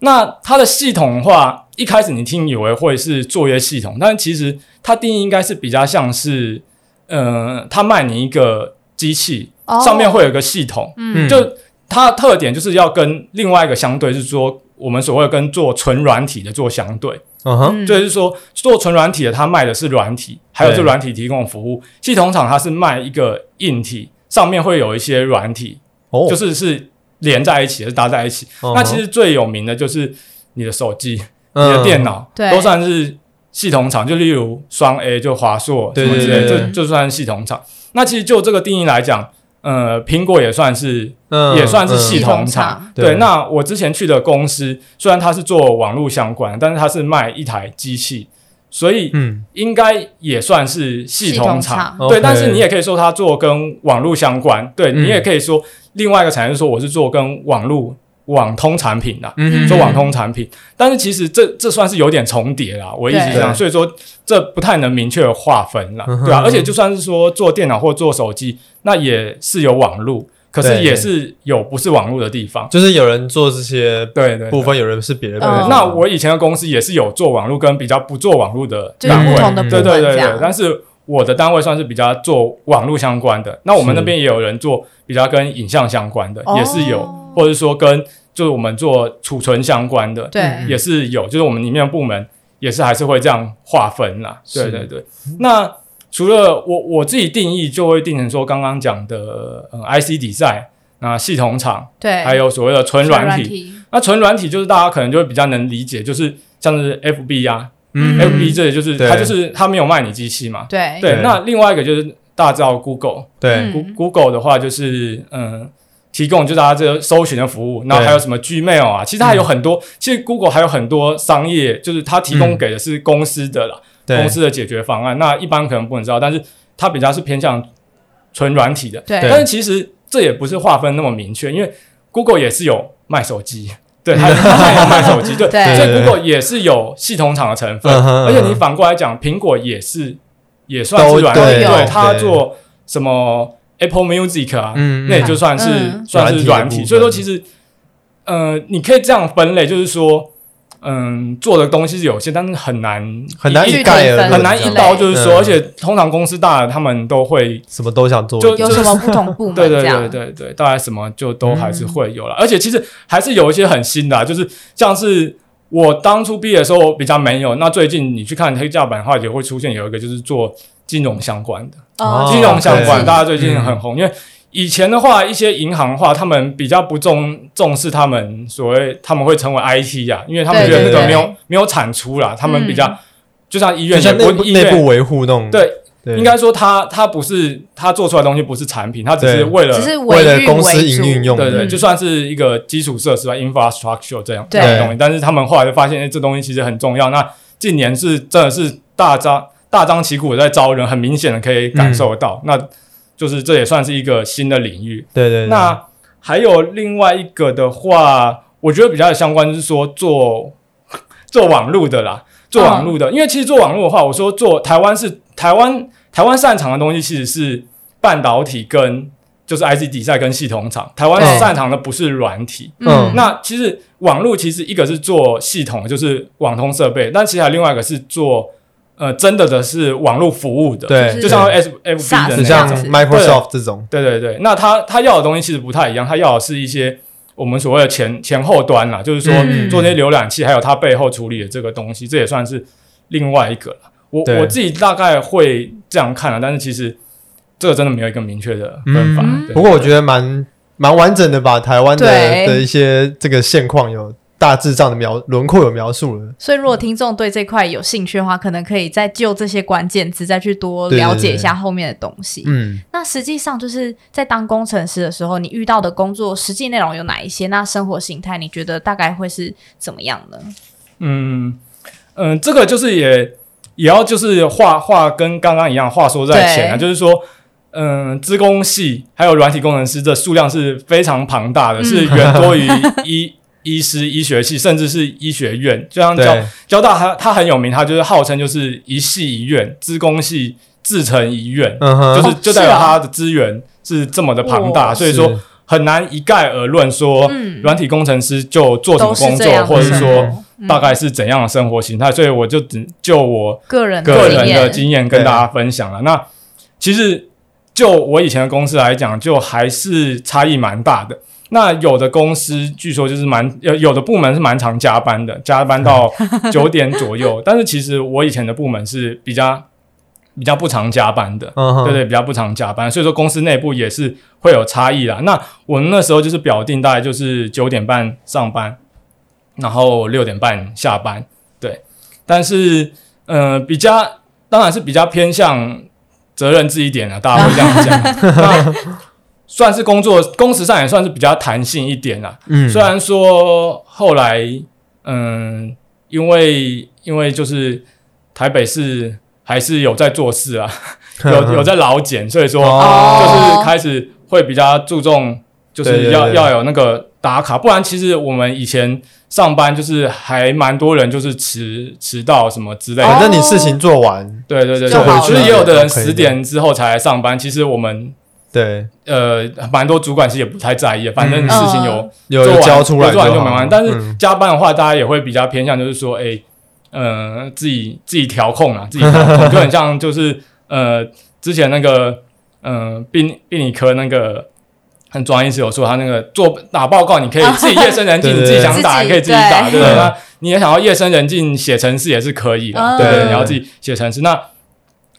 C: 那它的系统的话，一开始你听以为会是作业系统，但其实它定义应该是比较像是，呃，它卖你一个机器，
D: 哦
C: 上面会有一个系统，
A: 嗯
C: 就它的特点就是要跟另外一个相对，是说我们所谓跟做纯软体的做相对，
A: 嗯哼，
D: 嗯
C: 就是说做纯软体的，它卖的是软体，还有
A: 对
C: 这软体提供的服务。系统厂它是卖一个硬体，上面会有一些软体，
A: 哦，
C: 就是是是连在一起，是搭在一起。那其实最有名的就是你的手机、
A: 你
C: 你的电脑，
D: 对
C: 都算是系统厂。就例如双 A 就华硕什
A: 对
C: 么之
A: 对
C: 类的，
A: 对
C: 这就算是系统厂。那其实就这个定义来讲，呃，苹果也算是也算是系统厂。
A: 嗯对
C: 对，那我之前去的公司，虽然它是做网络相关，但是它是卖一台机器，所以
A: 嗯，
C: 应该也算是系统厂。
A: 系统厂
C: 对
A: OK
C: 但是你也可以说它做跟网络相关，对
A: 嗯
C: 你也可以说另外一个产业说我是做跟网络网通产品的、
A: 嗯
C: 做网通产品，但是其实这这算是有点重叠啦，我一直
D: 对
C: 这样，所以说这不太能明确地划分啦，
A: 嗯哼
C: 对啊，
A: 嗯
C: 而且就算是说做电脑或做手机，那也是有网络，可是
A: 对
C: 也是有不是网络的地方，
A: 就是有人做这些
C: 对对对
A: 部分，有人是别的部
C: 对
A: 分。
D: 嗯
C: 那我以前的公司也是有做网络跟比较不做网络的
D: 就是
C: 单
D: 不
C: 位，
D: 同的部
C: 对
D: 门
C: 对
D: 这
C: 对
D: 样
C: 对，，但是我的单位算是比较做网络相关的，那我们
A: 是
C: 那边也有人做比较跟影像相关的，
D: 哦
C: 也是有，或者说跟就是我们做储存相关的，
A: 嗯
D: 对
C: 也是有，就是我们里面的部门也是还是会这样划分啦。对
A: 是
C: 对对，那。除了我我自己定义，就会定成说刚刚讲的、嗯 IC 底赛，那系统厂，
D: 对，
C: 还有所谓的纯软体，
D: 体，
C: 那纯软体就是大家可能就会比较能理解，就是像是 FB 啊、
D: 嗯
C: f b 这里就是
A: 对
C: 它就是它没有卖你机器嘛。
D: 对
A: 对
C: 对，那另外一个就是大家知道 Google，Google、
A: 对
D: 嗯
C: Google 的话就是嗯提供就大家这个搜寻的服务，然后还有什么 Gmail 啊，其实它还有很
A: 嗯
C: 多，其实 Google 还有很多商业，就是它提供给的是公司的啦，
A: 对
C: 公，司的解决方案。那一般可能不能知道，但是它比较是偏向纯软体的。
D: 对
A: 对
C: 但是其实这也不是划分那么明确，因为 Google 也是有卖手机，对， 它它也有卖手机，对，
D: 对
A: 对
C: 所以
A: 对
C: Google 也是有系统厂的成分。
A: 嗯哼
C: 而且
A: 嗯
C: 你
A: 哼
C: 反过来讲，苹果也是也算
A: 都
C: 是软体，
A: 对
D: 对
C: 对，它
A: 对
C: 做什么 Apple Music 啊，
A: 嗯嗯
C: 那也就算是、
D: 嗯
C: 算是
A: 软
C: 软
A: 体的部分
C: 体。所以说，其实呃，你可以这样分类，就是说，嗯，做的东西是有限，但是很难
A: 很难
C: 一
A: 一概而论，
D: 分
C: 很难
D: 这
C: 一
D: 样
C: 刀，就是说，
A: 嗯
C: 而且通常公司大了，他们都会。
A: 什么都想做，
C: 就
D: 有什 么不同部门
C: 对对
D: 这样？嗯
C: 对对对，大概什么就都还是会有了，而且其实还是有一些很新的、啊，就是像是我当初毕业的时候我比较没有，那最近你去看黑价版的话，也会出现有一个就是做金融相关的，
A: 哦
C: 金融相关
A: 对
C: 大家最近
D: 嗯
C: 很红，因为以前的话，一些银行的话，他们比较不重重视他们所谓他们会成为 IT 啊，因为他们
D: 对嗯
C: 觉得那
A: 对
C: 个
A: 对
C: 没有没有产出啦，他们比较、就像医
A: 就
C: 院也
A: 像内部
C: 不医院
A: 内部维护那种，
C: 对
A: 对，
C: 应该说他他不是他做出来的东西不是产品，他只
A: 对
C: 是为了
D: 只是
A: 为了
D: 运
A: 公司
D: 为
A: 营
D: 主
A: 运用
C: 对对，
A: 的，
D: 嗯
C: 就算是一个基础设施吧，infrastructure 这样
D: 对
C: 这样的东西，但是他们后来就发现，哎，这东西其实很重要。那近年是真的是大张大张旗鼓地在招人，很明显的可以感受到，
A: 嗯
C: 那就是这也算是一个新的领域。
A: 对对，对啊
C: 那还有另外一个的话，我觉得比较有相关，就是说做 做网路的啦，做网路的，
A: 嗯
C: 因为其实做网路的话，我说做台湾是台湾台湾擅长的东西其实是半导体跟就是 IC 底赛跟系统厂，台湾
A: 对
C: 擅长的不是软体。
A: 嗯
C: 那其实网路其实一个是做系统，就是网通设备，但其实还有另外一个是做呃真的的是网络服务的，
A: 对，
C: 就像
A: 对
C: S F B 的
A: 就
C: 那
A: 像
C: 种
D: 子
A: Microsoft 这种，
C: 对对对，那他他要的东西其实不太一样，他要的是一些我们所谓的前前后端啦，就是说
D: 嗯
C: 做那些浏览器，还有它背后处理的这个东西，这也算是另外一个啦。我
A: 对
C: 我自己大概会这样看了，但是其实这个真的没有一个明确的分法。
D: 嗯
C: 对
A: 不过我觉得蛮蛮完整的，把台湾的
D: 对
A: 的一些这个现况有大致上的描轮廓有描述了。
D: 所以，如果听众对这块有兴趣的话，可能可以再就这些关键字再去多
A: 对对
D: 了解一下后面的东西。
A: 嗯，
D: 那实际上就是在当工程师的时候，你遇到的工作实际内容有哪一些？那生活形态你觉得大概会是怎么样呢？
C: 嗯嗯，这个就是也也要就是话话跟刚刚一样，话说在前啊，
D: 对
C: 就是说。嗯，资工系还有软体工程师的数量是非常庞大的，
D: 嗯
C: 是远多于医 医师、医学系，甚至是医学院。就像交
A: 对，
C: 交大它，它很有名，它就是号称就是一系一院，资工系自成一院，
A: 嗯哼，
C: 就是
D: 哦
C: 就代表
D: 是啊
C: 它的资源是这么的庞大，
D: 哇
C: 所以说
A: 是
C: 很难一概而论说
D: 嗯
C: 软体工程师就做什
D: 都
C: 么
D: 是
C: 工
D: 这样
C: 作，
D: 的
C: 或哦者是
D: 生活
C: 说。
D: 嗯
C: 大概是怎样的生活形态，所以我就只就我
D: 个人
C: 个
D: 经
C: 人的
D: 验
C: 经验跟大家分享了。那其实就我以前的公司来讲，就还是差异蛮大的。那有的公司据说就是蛮有有的部门是蛮常加班的，加班到九点左 右。但是其实我以前的部门是比较比较不常加班的，
A: 嗯哼，
C: 对对，比较不常加班，所以说公司内部也是会有差异啦。那我们那时候就是表定大概就是九点半上班，然后六点半下班，对。但是，呃，比较当然是比较偏向责任制一点的，大家会这样讲。那算是工作工时上也算是比较弹性一点啦，
A: 嗯，
C: 虽然说后来，嗯，因为因为就是台北市还是有在做事啊，
A: 嗯
C: 有有在劳检，所以说
A: 哦
C: 就是开始会比较注重，就
A: 对
C: 是
A: 对
C: 要
A: 对
C: 要有那个打卡，不然其实我们以前上班就是还蛮多人就是迟迟到什么之类的，
A: 反正哎你事情做完，
C: 对对对
A: 哦就
C: 对，
A: 好
C: 就是
A: 了
C: 也有的人
A: 就可以
C: 十点之后才来上班，其实我们。
A: 对，
C: 呃，蛮多主管其实也不太在意，反正
A: 嗯
C: 事情有、
D: 嗯
A: 有
C: 做
A: 有
C: 完
A: 交出来
C: 做完就
A: 好
C: 没完。
A: 了
C: 但是
A: 嗯
C: 加班的话，大家也会比较偏向就是说，哎、呃，自己自己调控啊，自己 调控，就很像就是呃，之前那个呃，病病理科那个。很专业是有说他那个做打报告，你可以自己夜深人静，
A: 对
C: 你
A: 对对
C: 自己想打也可以自己打，
D: 自己
C: 对不对？
A: 对
C: 那你也想要夜深人静写程式也是可以的，
D: 嗯
C: 对
A: 对
C: 对，你要自己写程式。那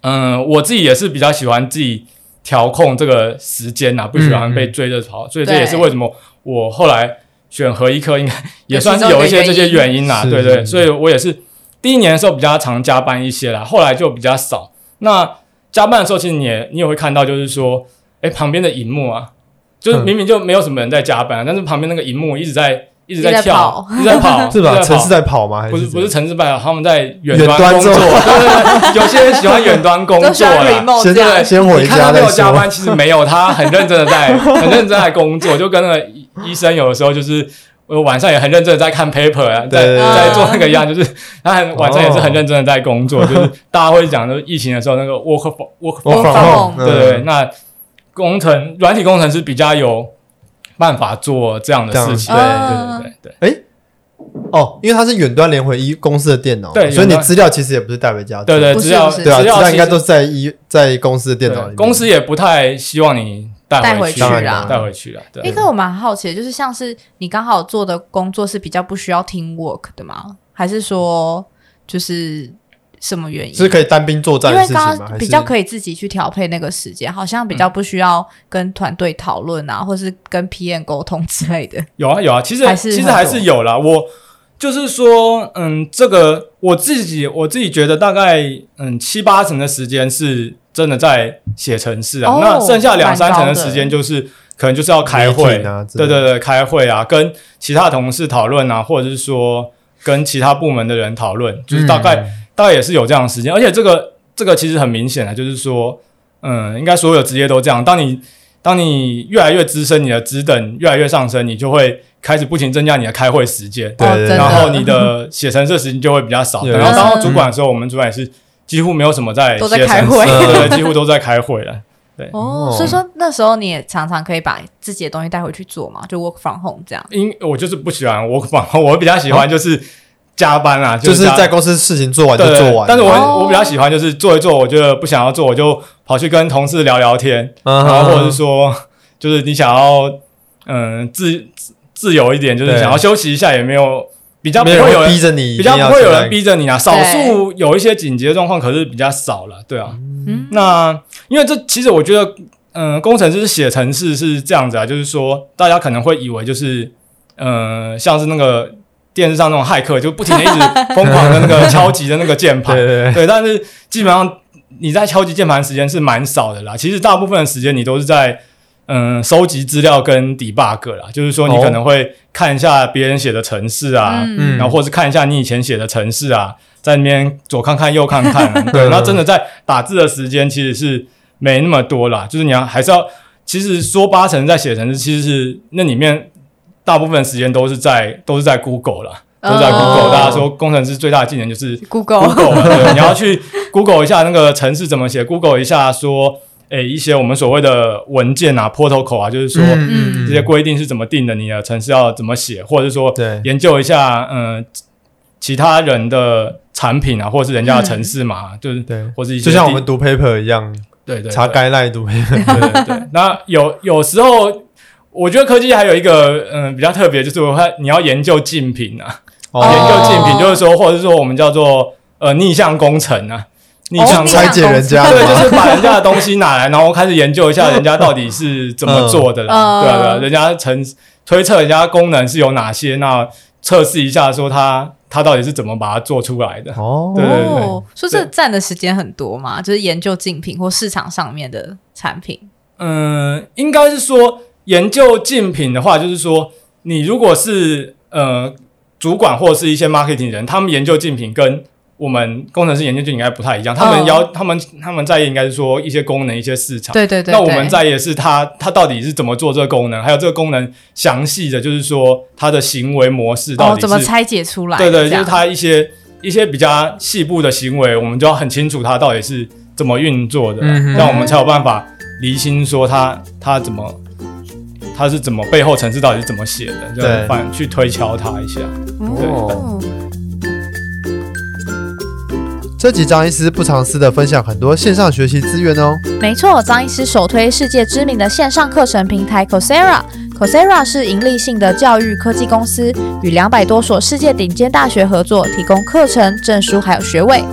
C: 嗯，我自己也是比较喜欢自己调控这个时间呐、啊，不喜
A: 嗯
C: 欢被追着跑，所以这也是为什么我后来选合一科，应该也算是有一些这些原因啦、
A: 是
C: 对对，
A: 是
C: 所以我也是第一年的时候比较常加班一些啦，后来就比较少。那加班的时候，其实你也你也会看到，就是说，哎，旁边的荧幕啊，就是
A: 嗯
C: 明明就没有什么人在加班啊，但是旁边那个荧幕一直在一直在
D: 一直在
C: 跳
D: 跑，
C: 一直在 跑，
A: 是
C: 一
A: 吧？
C: 直在
A: 城
C: 跑
A: 市在跑吗？还
C: 哦啊不是
A: 怎
C: 不
A: 样
C: 是城市办，他们在远
A: 远端
C: 端工作，
A: 做
C: 对对对，有些人喜欢远端工
D: 都需
C: 作啊
D: 要
C: 啦。
D: remote
A: 现
D: 这
A: 在
D: 样。
A: 先回
C: 你看
A: 家
C: 他没
A: 再
C: 有加
A: 说。
C: 班，其实没有，他很认真的 在，很认真地在工作，就跟那个医医生有的时候就是。呃晚上也很认真的在看 paper 啊，
A: 对哦对
C: 在在
D: 对
C: 做那个一样，就是他很晚上也是很认真的在工作，就是大家会讲，就是疫情的时候那个 work from work from
A: 我反
D: work from
A: 问
D: home，
A: 嗯
C: 对对，那工程软体工程师比较有办法做这样的事情，
D: 这
C: 对
D: 样
C: 对对对对。
A: 哦，因为它是远端连回一公司的电脑，
C: 对
A: 所以你
C: 远端
A: 资料其实也不是带回家，
C: 对对，
D: 不是
C: 只要
D: 不是
A: 对啊，
C: 只
A: 资
C: 要
A: 料应该
C: 其实
A: 都是在一在公司的电
C: 对
A: 脑里面。
C: 公司也不太希望你带
D: 带回
C: 去
A: 去啊
C: 带回去啊。对
D: 一个我蛮好奇的，就是像是你刚好做的工作是比较不需要 team work 的吗？还是说就是什么原因？
A: 是可以单兵作战
D: 因
A: 的
D: 为
A: 事情
D: 刚
A: 吗？还
D: 刚
A: 是
D: 比较可以自己去调配那个时间，好像比较不需要跟团队讨论啊，或是跟 PM 沟通之类的。
C: 有啊有啊，其实
D: 还是
C: 其实
D: 很
C: 还
D: 多
C: 是有啦。我就是说，嗯，这个我自己我自己觉得大概嗯七八成的时间是真的在写程式啊，
D: 哦
C: 那剩下两
D: 蛮
C: 三成
D: 高
C: 的
D: 的
C: 时间就是可能就是要开会
A: Meeting 啊之类
C: 对
A: 的
C: 对对，开会啊，跟其他同事讨论啊，或者是说跟其他部门的人讨论，就是大概、
A: 嗯
C: 大概也是有这样的时间，而且这个这个其实很明显啊，就是说，嗯，应该所有职业都这样。当你当你越来越资深，你的职等越来越上升，你就会开始不停增加你的开会时间，
A: 对
D: 哦
A: 对对
D: 真的
C: 然后你的写程式时间就会比较少。
A: 对
C: 然后当到主管的时候，我们主管也是几乎没有什么在
D: 都在
C: 写程
D: 开
C: 式
D: 会
C: 对，对几乎都在开会了。
A: 哦
D: 哦，所以说那时候你也常常可以把自己的东西带回去做嘛，就 work from home 这样。
C: 因我就是不喜欢我反，我比较喜欢就是加班 啊，
A: 就是
C: 加
A: 在公司事情做完就
C: 对，
A: 做完，
C: 但是我、
D: 哦
C: 我比较喜欢就是做一做，我觉得不想要做，我就跑去跟同事聊聊天，
A: 嗯哼
C: 然后或者是说，就是你想要嗯自自自由一点，就是
A: 对
C: 想要休息一下，也没有比较不
A: 没
C: 会有
A: 人
C: 人
A: 逼着你，
C: 比较不会有人。逼着你啊，少
D: 对
C: 数有一些紧急的状况，可是比较少了，对啊。
D: 嗯
C: 那因为这其实我觉得，嗯、工程师写程式是这样子啊，就是说大家可能会以为就是，呃，像是那个电视上那种骇客，就不停的一直疯狂的 那个敲击的那个键盘，
A: 对对对，
C: 对，但是基本上你在敲击键盘时间是蛮少的啦。其实大部分的时间你都是在嗯收集资料跟 debug 啦，就是说你
A: 哦
C: 可能会看一下别人写的程式啊，
D: 哦
A: 嗯
C: 然后或是看一下你以前写的程式啊，在那边左看看右看看、啊，对，
A: 嗯
C: 那真的在打字的时间其实是没那么多啦，就是你要还是要，其实说八成在写程式，其实是那里面大部分时间都是在都是在 Google 啦，都是在
A: 哦
C: Google，、大家说工程师最大的技能就是
D: Google，
C: Google，啊 对，你要去 Google 一下那个城市怎么写，Google 一下说，诶、一些我们所谓的文件啊、protocol 啊，就是说
A: 嗯
D: 嗯
C: 这些规定是怎么定的，你的城市要怎么写，或者是说
A: 对
C: 研究一下，嗯、其他人的产品啊，或者是人家的城市嘛，就是
A: 对，
C: 或是一
A: 嗯
C: 些
A: 就像我
C: 地
A: 们读 paper 一样，
C: 对对对
A: 查该赖读 paper。
C: 对对对。那有有时候。我觉得科技还有一个嗯、比较特别，就是我看你要研究竞品啊，
A: 哦
C: 研究竞品
D: 哦
C: 就是说，或者是说我们叫做呃逆向工程啊，逆
A: 你想
D: 哦
C: 向
A: 拆解人家
C: 对，
A: 的
C: 就
A: 吗？
C: 是把人家的东西拿来，然后开始研究一下人家到底是怎么 做的啦。
A: 哦
D: 嗯
C: 对啊，对啊，
D: 嗯
C: 人家成推测人家功能是有哪些，那测试一下说他他到底是怎么把它做出来的。
A: 哦，
C: 对对对
D: 哦，所以这占的时间很多嘛，就是研究竞品或市场上面的产品。
C: 嗯，应该是说研究竞品的话，就是说你如果是呃主管或是一些 marketing 人，他们研究竞品跟我们工程师研究竞品应该不太一样，他们
A: 哦
D: 嗯
C: 要、他们他们在意应该是说一些功能、一些市场。
D: 对对对，
C: 啊那我
D: 对
C: 们在意的是它它到底是怎么做这个功能，还有这个功能详细的就是说它的行为模式到
D: 哦
C: 底是、
D: 怎么拆解出来的
C: 对
D: 这样？
C: 对，就是它一些一些比较细部的行为，我们就要很清楚它到底是怎么运作的，
A: 嗯哼
C: 让我们才有办法厘清说它它怎么它是怎么背后程式到底是怎么写的，就
A: 对
C: 反去推敲它一下。
A: 哦这集张医师不藏私的分享很多线上学习资源哦。
B: 没错，张医师首推世界知名的线上课程平台 Coursera。Coursera 是盈利性的教育科技公司，与两百多所世界顶尖大学合作，提供课程、证书还有学位。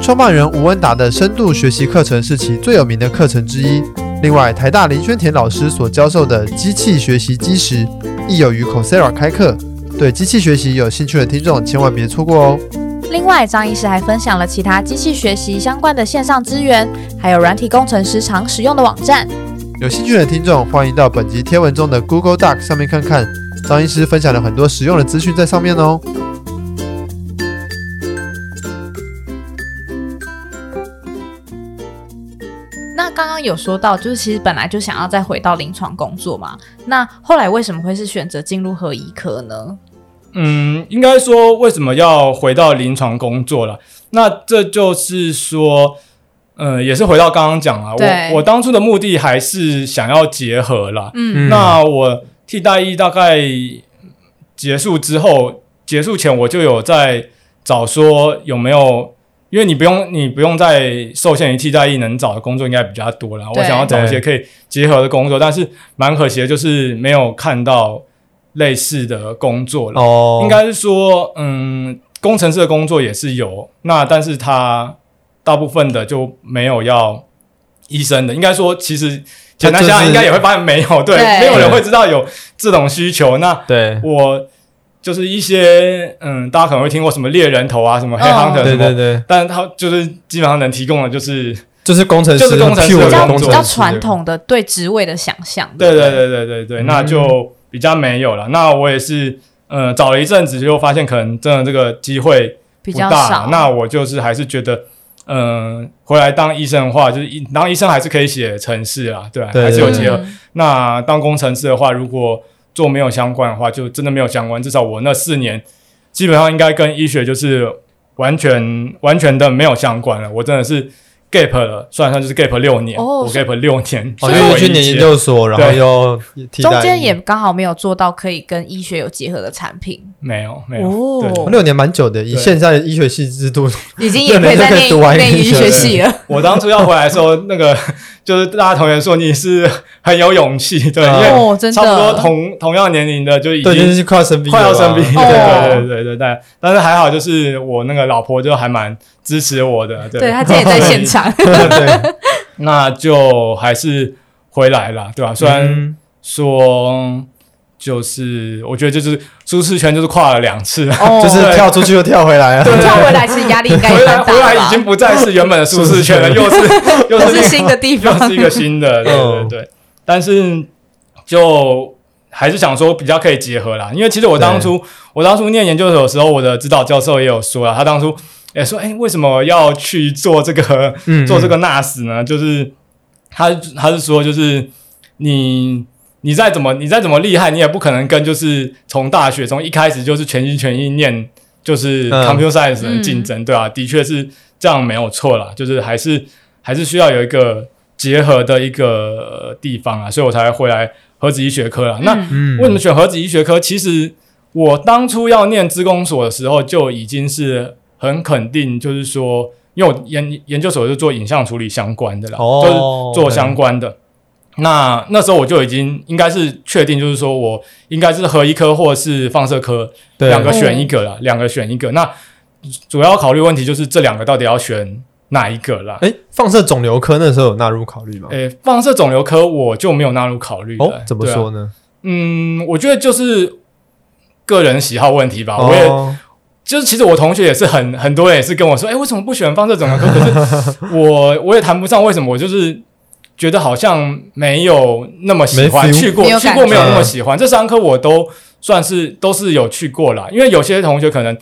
A: 创办人吴恩达的深度学习课程是其最有名的课程之一。另外，台大林轩田老师所教授的《机器学习基石》亦有于 Coursera 开课，对机器学习有兴趣的听众千万别错过哦。
B: 另外，张医师还分享了其他机器学习相关的线上资源，还有软体工程师常使用的网站。
A: 有兴趣的听众，欢迎到本集贴文中的 Google Doc 上面看看，张医师分享了很多实用的资讯在上面哦。
D: 那刚刚有说到，就是其实本来就想要再回到临床工作嘛，那后来为什么会是选择进入合医科呢？
C: 嗯，应该说为什么要回到临床工作了？那这就是说，呃，也是回到刚刚讲啊，
D: 对
C: 我我当初的目的还是想要结合啦。
D: 嗯
C: 那我替代役大概结束之后，结束前我就有在找说有没有，因为你不用你不用再受限于替代役，能找的工作应该比较多了。
D: 对
C: 我想要找一些可以结合的工作，但是蛮可惜的，就是没有看到类似的工作了。
A: 哦
C: 应该是说，嗯，工程师的工作也是有，那但是他大部分的就没有要医生的。应该说，其实简单想
A: 就是
C: 想，应该也会发现没有，对，
D: 对
C: 没有人会知道有这种需求。那
A: 对
C: 我就是一些，嗯，大家可能会听过什么猎人头啊，什么黑
D: 嗯
C: hunter 什
A: 对
C: 么，
A: 对对，
C: 但他就是基本上能提供的就是，
A: 就是工程师，
C: 就是工程师
A: pure
D: 比
A: 的
D: 较
A: 工
D: 比
A: 程师
D: 较传统的对职位的想象，
C: 对
D: 不
C: 对对对对对，
A: 嗯
C: 那就比较没有了。那我也是，呃，找了一阵子，就发现可能真的这个机会。
D: 比
C: 不
D: 较
C: 大，
D: 少。
C: 那我就是还是觉得，嗯、回来当医生的话，就是医当医生还是可以写程式啦，对啊，
A: 对
C: 还是有结合。
D: 嗯
C: 那当工程师的话，如果做没有相关的话，就真的没有相关。至少我那四年，基本上应该跟医学就是完全完全的没有相关了。我真的是 gap 了，算上就是 gap 六年，
D: 哦
C: 我
D: 所
C: gap 六年，
A: 哦，
D: 所以
A: 因为
C: 我
A: 去年研究所，然后
C: 对
A: 又替代
D: 中间也刚好没有做到可以跟医学有结合的产品
C: 没有没有。对
D: 哦，
A: 六年蛮久的，以
C: 对
A: 现在的医学系制度，
D: 已经也可以在
A: 六年就可以读完
D: 念念
A: 医
D: 医
A: 学
D: 学系了。
C: 我当初要回来的时候，那个 就是大家同学说你是很有勇气，对，因
A: 嗯
C: 为
D: 哦，真
C: 差不多
D: 的，
C: 同同样年龄的就 已
A: 对，就
C: 经
A: 是快要生病了
C: 快
A: 吧，
C: 要生病，
D: 了吧
C: 对对对对对，但但是还好，就是我那个老婆就还蛮支持我的，对
D: 对他今天也在现， 场。
A: 对，
C: 那就还是回来了，对吧、虽然
A: 嗯
C: 说就是我觉得就是舒适圈就是跨了两次，
D: 哦
A: 就是
C: 对
A: 跳出去又跳回来啊，
D: 你跳回来其实压力应该
C: 回
D: 也蛮
C: 来
D: 大
C: 回
D: 的
C: 来
D: 吧
C: 已经不再是原本的舒适圈了，
A: 是
C: 又是又
D: 这
C: 是
D: 是新的地
C: 又
D: 方，
C: 是一个新的，对对
A: 嗯
C: 对。但是就还是想说比较可以结合啦，因为其实我当初我当初念研究所的时候，我的指导教授也有说啊啦，他当初也说，哎、为什么要去做这个
A: 嗯
C: 做这个 NAS 呢？就是他他是说，就是你。你再怎么你再怎么厉害，你也不可能跟就是从大学从一开始就是全心全意念就是
A: 嗯
C: computer science 的竞争，对啊，的确是这样没有错啦，就是还是还是需要有一个结合的一个呃地方啊，所以我才回来核子医学科啦。啊那
D: 嗯
A: 嗯
C: 为什么选核子医学科？其实我当初要念资工所的时候，就已经是很肯定，就是说，因为我研研究所是做影像处理相关的啦，
A: 哦
C: 啊就是做相关的。那那时候我就已经应该是确定，就是说我应该是核医科或是放射科
A: 对
C: 两个选一个啦，两个选一个。那主要考虑问题就是这两个到底要选哪一个啦？
A: 哎，放射肿瘤科那时候有纳入考虑吗？
C: 诶、放射肿瘤科我就没有纳入考虑了
A: 哦，怎么
C: 哎对啊
A: 说呢？
C: 嗯，我觉得就是个人喜啊好问题吧。我也
A: 哦，
C: 就是，其实我同学也是很很多人也是跟我说，哎、为什么不喜欢放射肿瘤科？可 是我我也谈不上为什么，我就是觉得好像没有那么喜欢
A: 没 feel
C: 去过
D: 没有
C: 去
D: 感
C: 过没有
A: 觉
C: 那么喜欢。这三科我都算是都是有去过啦，因为有些同学可能。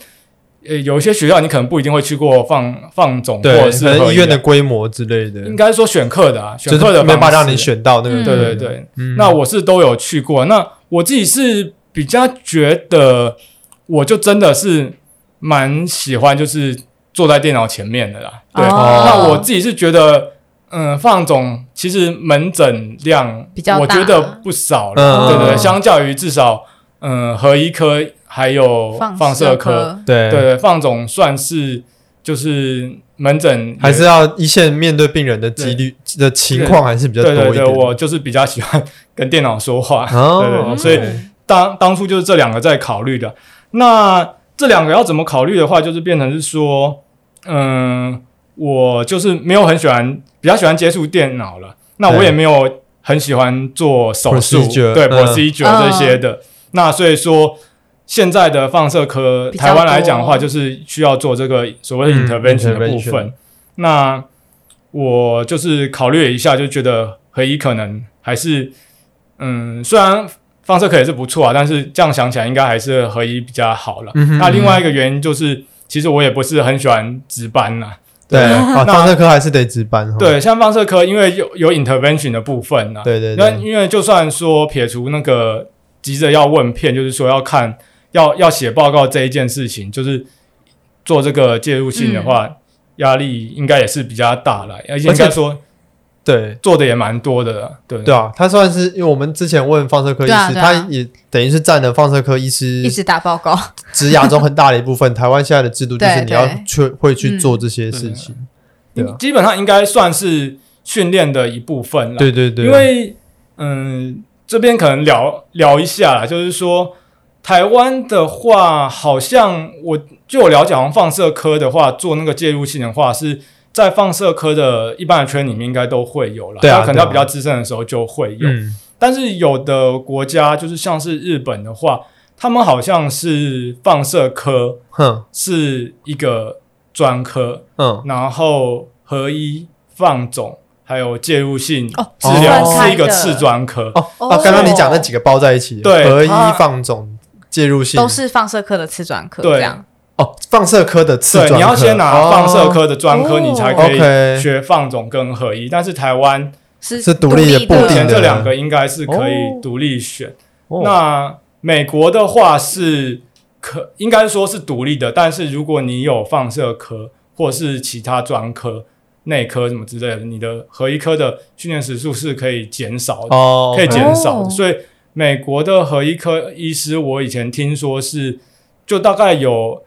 C: 呃，有一些学校你可能不一定会去过放放总或
A: 对，
C: 者
A: 可
C: 是
A: 能
C: 合
A: 医
C: 的
A: 院的规模之类的，
C: 应该说选课的啊，
A: 就
C: 选
A: 是
C: 课的
A: 没办法
C: 方
A: 让你
C: 式
A: 选到那个，
D: 嗯
C: 对对对，
A: 嗯，
C: 那我是都有去过。那我自己是比较觉得，我就真的是蛮喜欢，就是坐在电脑前面的啦。对，
D: 哦
C: 那我自己是觉得，嗯，放总其实门诊量
D: 比较大
C: 我觉得不少
A: 嗯
C: 了。对对对，
A: 嗯
C: 相较于至少，嗯，合医科还 有放
D: 射
C: 射科，，
A: 对
C: 对对，放总算是就是门诊也
A: 还是要一线面对病人的几率的情况还是比较多
C: 对
A: 一
C: 对
A: 点。
C: 对，我就是比较喜欢跟电脑说话。
A: 哦
C: 对对对，
A: 嗯
C: 所以当当初就是这两个在考虑的。那这两个要怎么考虑的话，就是变成是说，嗯，我就是没有很喜欢，比较喜欢接触电脑了。那我
A: 对
C: 也没有很喜欢做手术
A: Procedure，
C: 对
A: 嗯
C: procedure
D: 嗯
C: 这些的。那所以说，现在的放射科
D: 比较
C: 台湾来讲的话，
D: 多
C: 就是需要做这个所谓的
A: 嗯
C: intervention 的部
A: intervention
C: 分。那我就是考虑了一下，就觉得合一可能还是嗯，虽然放射科也是不错啊，但是这样想起来应该还是合一比较好了。
A: 嗯哼
C: 那另外一个原因就是，其实我也不是很喜欢值班啦。
A: 对，啊，
C: 那
A: 放射科还是得值班哈。
C: 对，像放射科，因为有有 intervention 的部分啊，
A: 对对
C: 那
A: 对，
C: 因为就算说撇除那个急着要问片，就是说要看要要写报告这一件事情，就是做这个介入性的话，压、力应该也是比较大了，而且
A: 嗯而
C: 应
A: 且
C: 该说
A: 对
C: 做的也蛮多的啦，对
A: 对啊，他算是因为我们之前问放射科医
D: 对啊
A: 师，
D: 对啊
A: 他也等于是占了放射科医师
D: 一直打报
A: 嗯
D: 告，
A: 职涯中很大的一部 分。台湾现在的制度就是
D: 对
A: 你要
D: 对嗯
A: 去会去做这些事情。对啊
C: 基本上应该算是训练的一部分了，
A: 对对啊对，
C: 因为嗯，这边可能聊聊一下啦，就是说台湾的话，好像我就我了解，好像放射科的话，做那个介入性的话，是在放射科的一般的圈里面应该都会有了，
A: 对啊
C: 那可能
A: 对啊
C: 到比较资深的时候就会有。
A: 嗯，
C: 但是有的国家，就是像是日本的话，他们好像是放射科
A: 哼
C: 是一个专科，
A: 嗯，
C: 然后合一放总。还有介入性
D: 哦
C: 治疗
A: 分开
C: 是一个
D: 的
C: 次专科，
A: 哦
D: 哦
A: 啊，刚刚你讲那几个包在一起，
C: 对
A: 合一
C: 它
A: 放总介入性
D: 都是放射科的次专科
C: 对
D: 这样。
A: 哦，放射科哦的次
C: 对，
A: 专
C: 你要先拿放射科的专科，
D: 哦
C: 你才可以
A: OK
C: 学放总跟合一。但是台湾
D: 是
A: 是独
D: 独
A: 立的
D: 的
A: 固
C: 目
A: 定
C: 前
A: 的
C: 这两个应该是可以
A: 哦
C: 独立选。
A: 哦
C: 那美国的话是可应该说是独立的，但是如果你有放射科或是其他专科、内科什么之类的，你的合一科的训练时数是可以减少的。
A: 哦，
C: 可以减少的。
B: 哦
C: 所以美国的核医科医师，我以前听说是，就大概有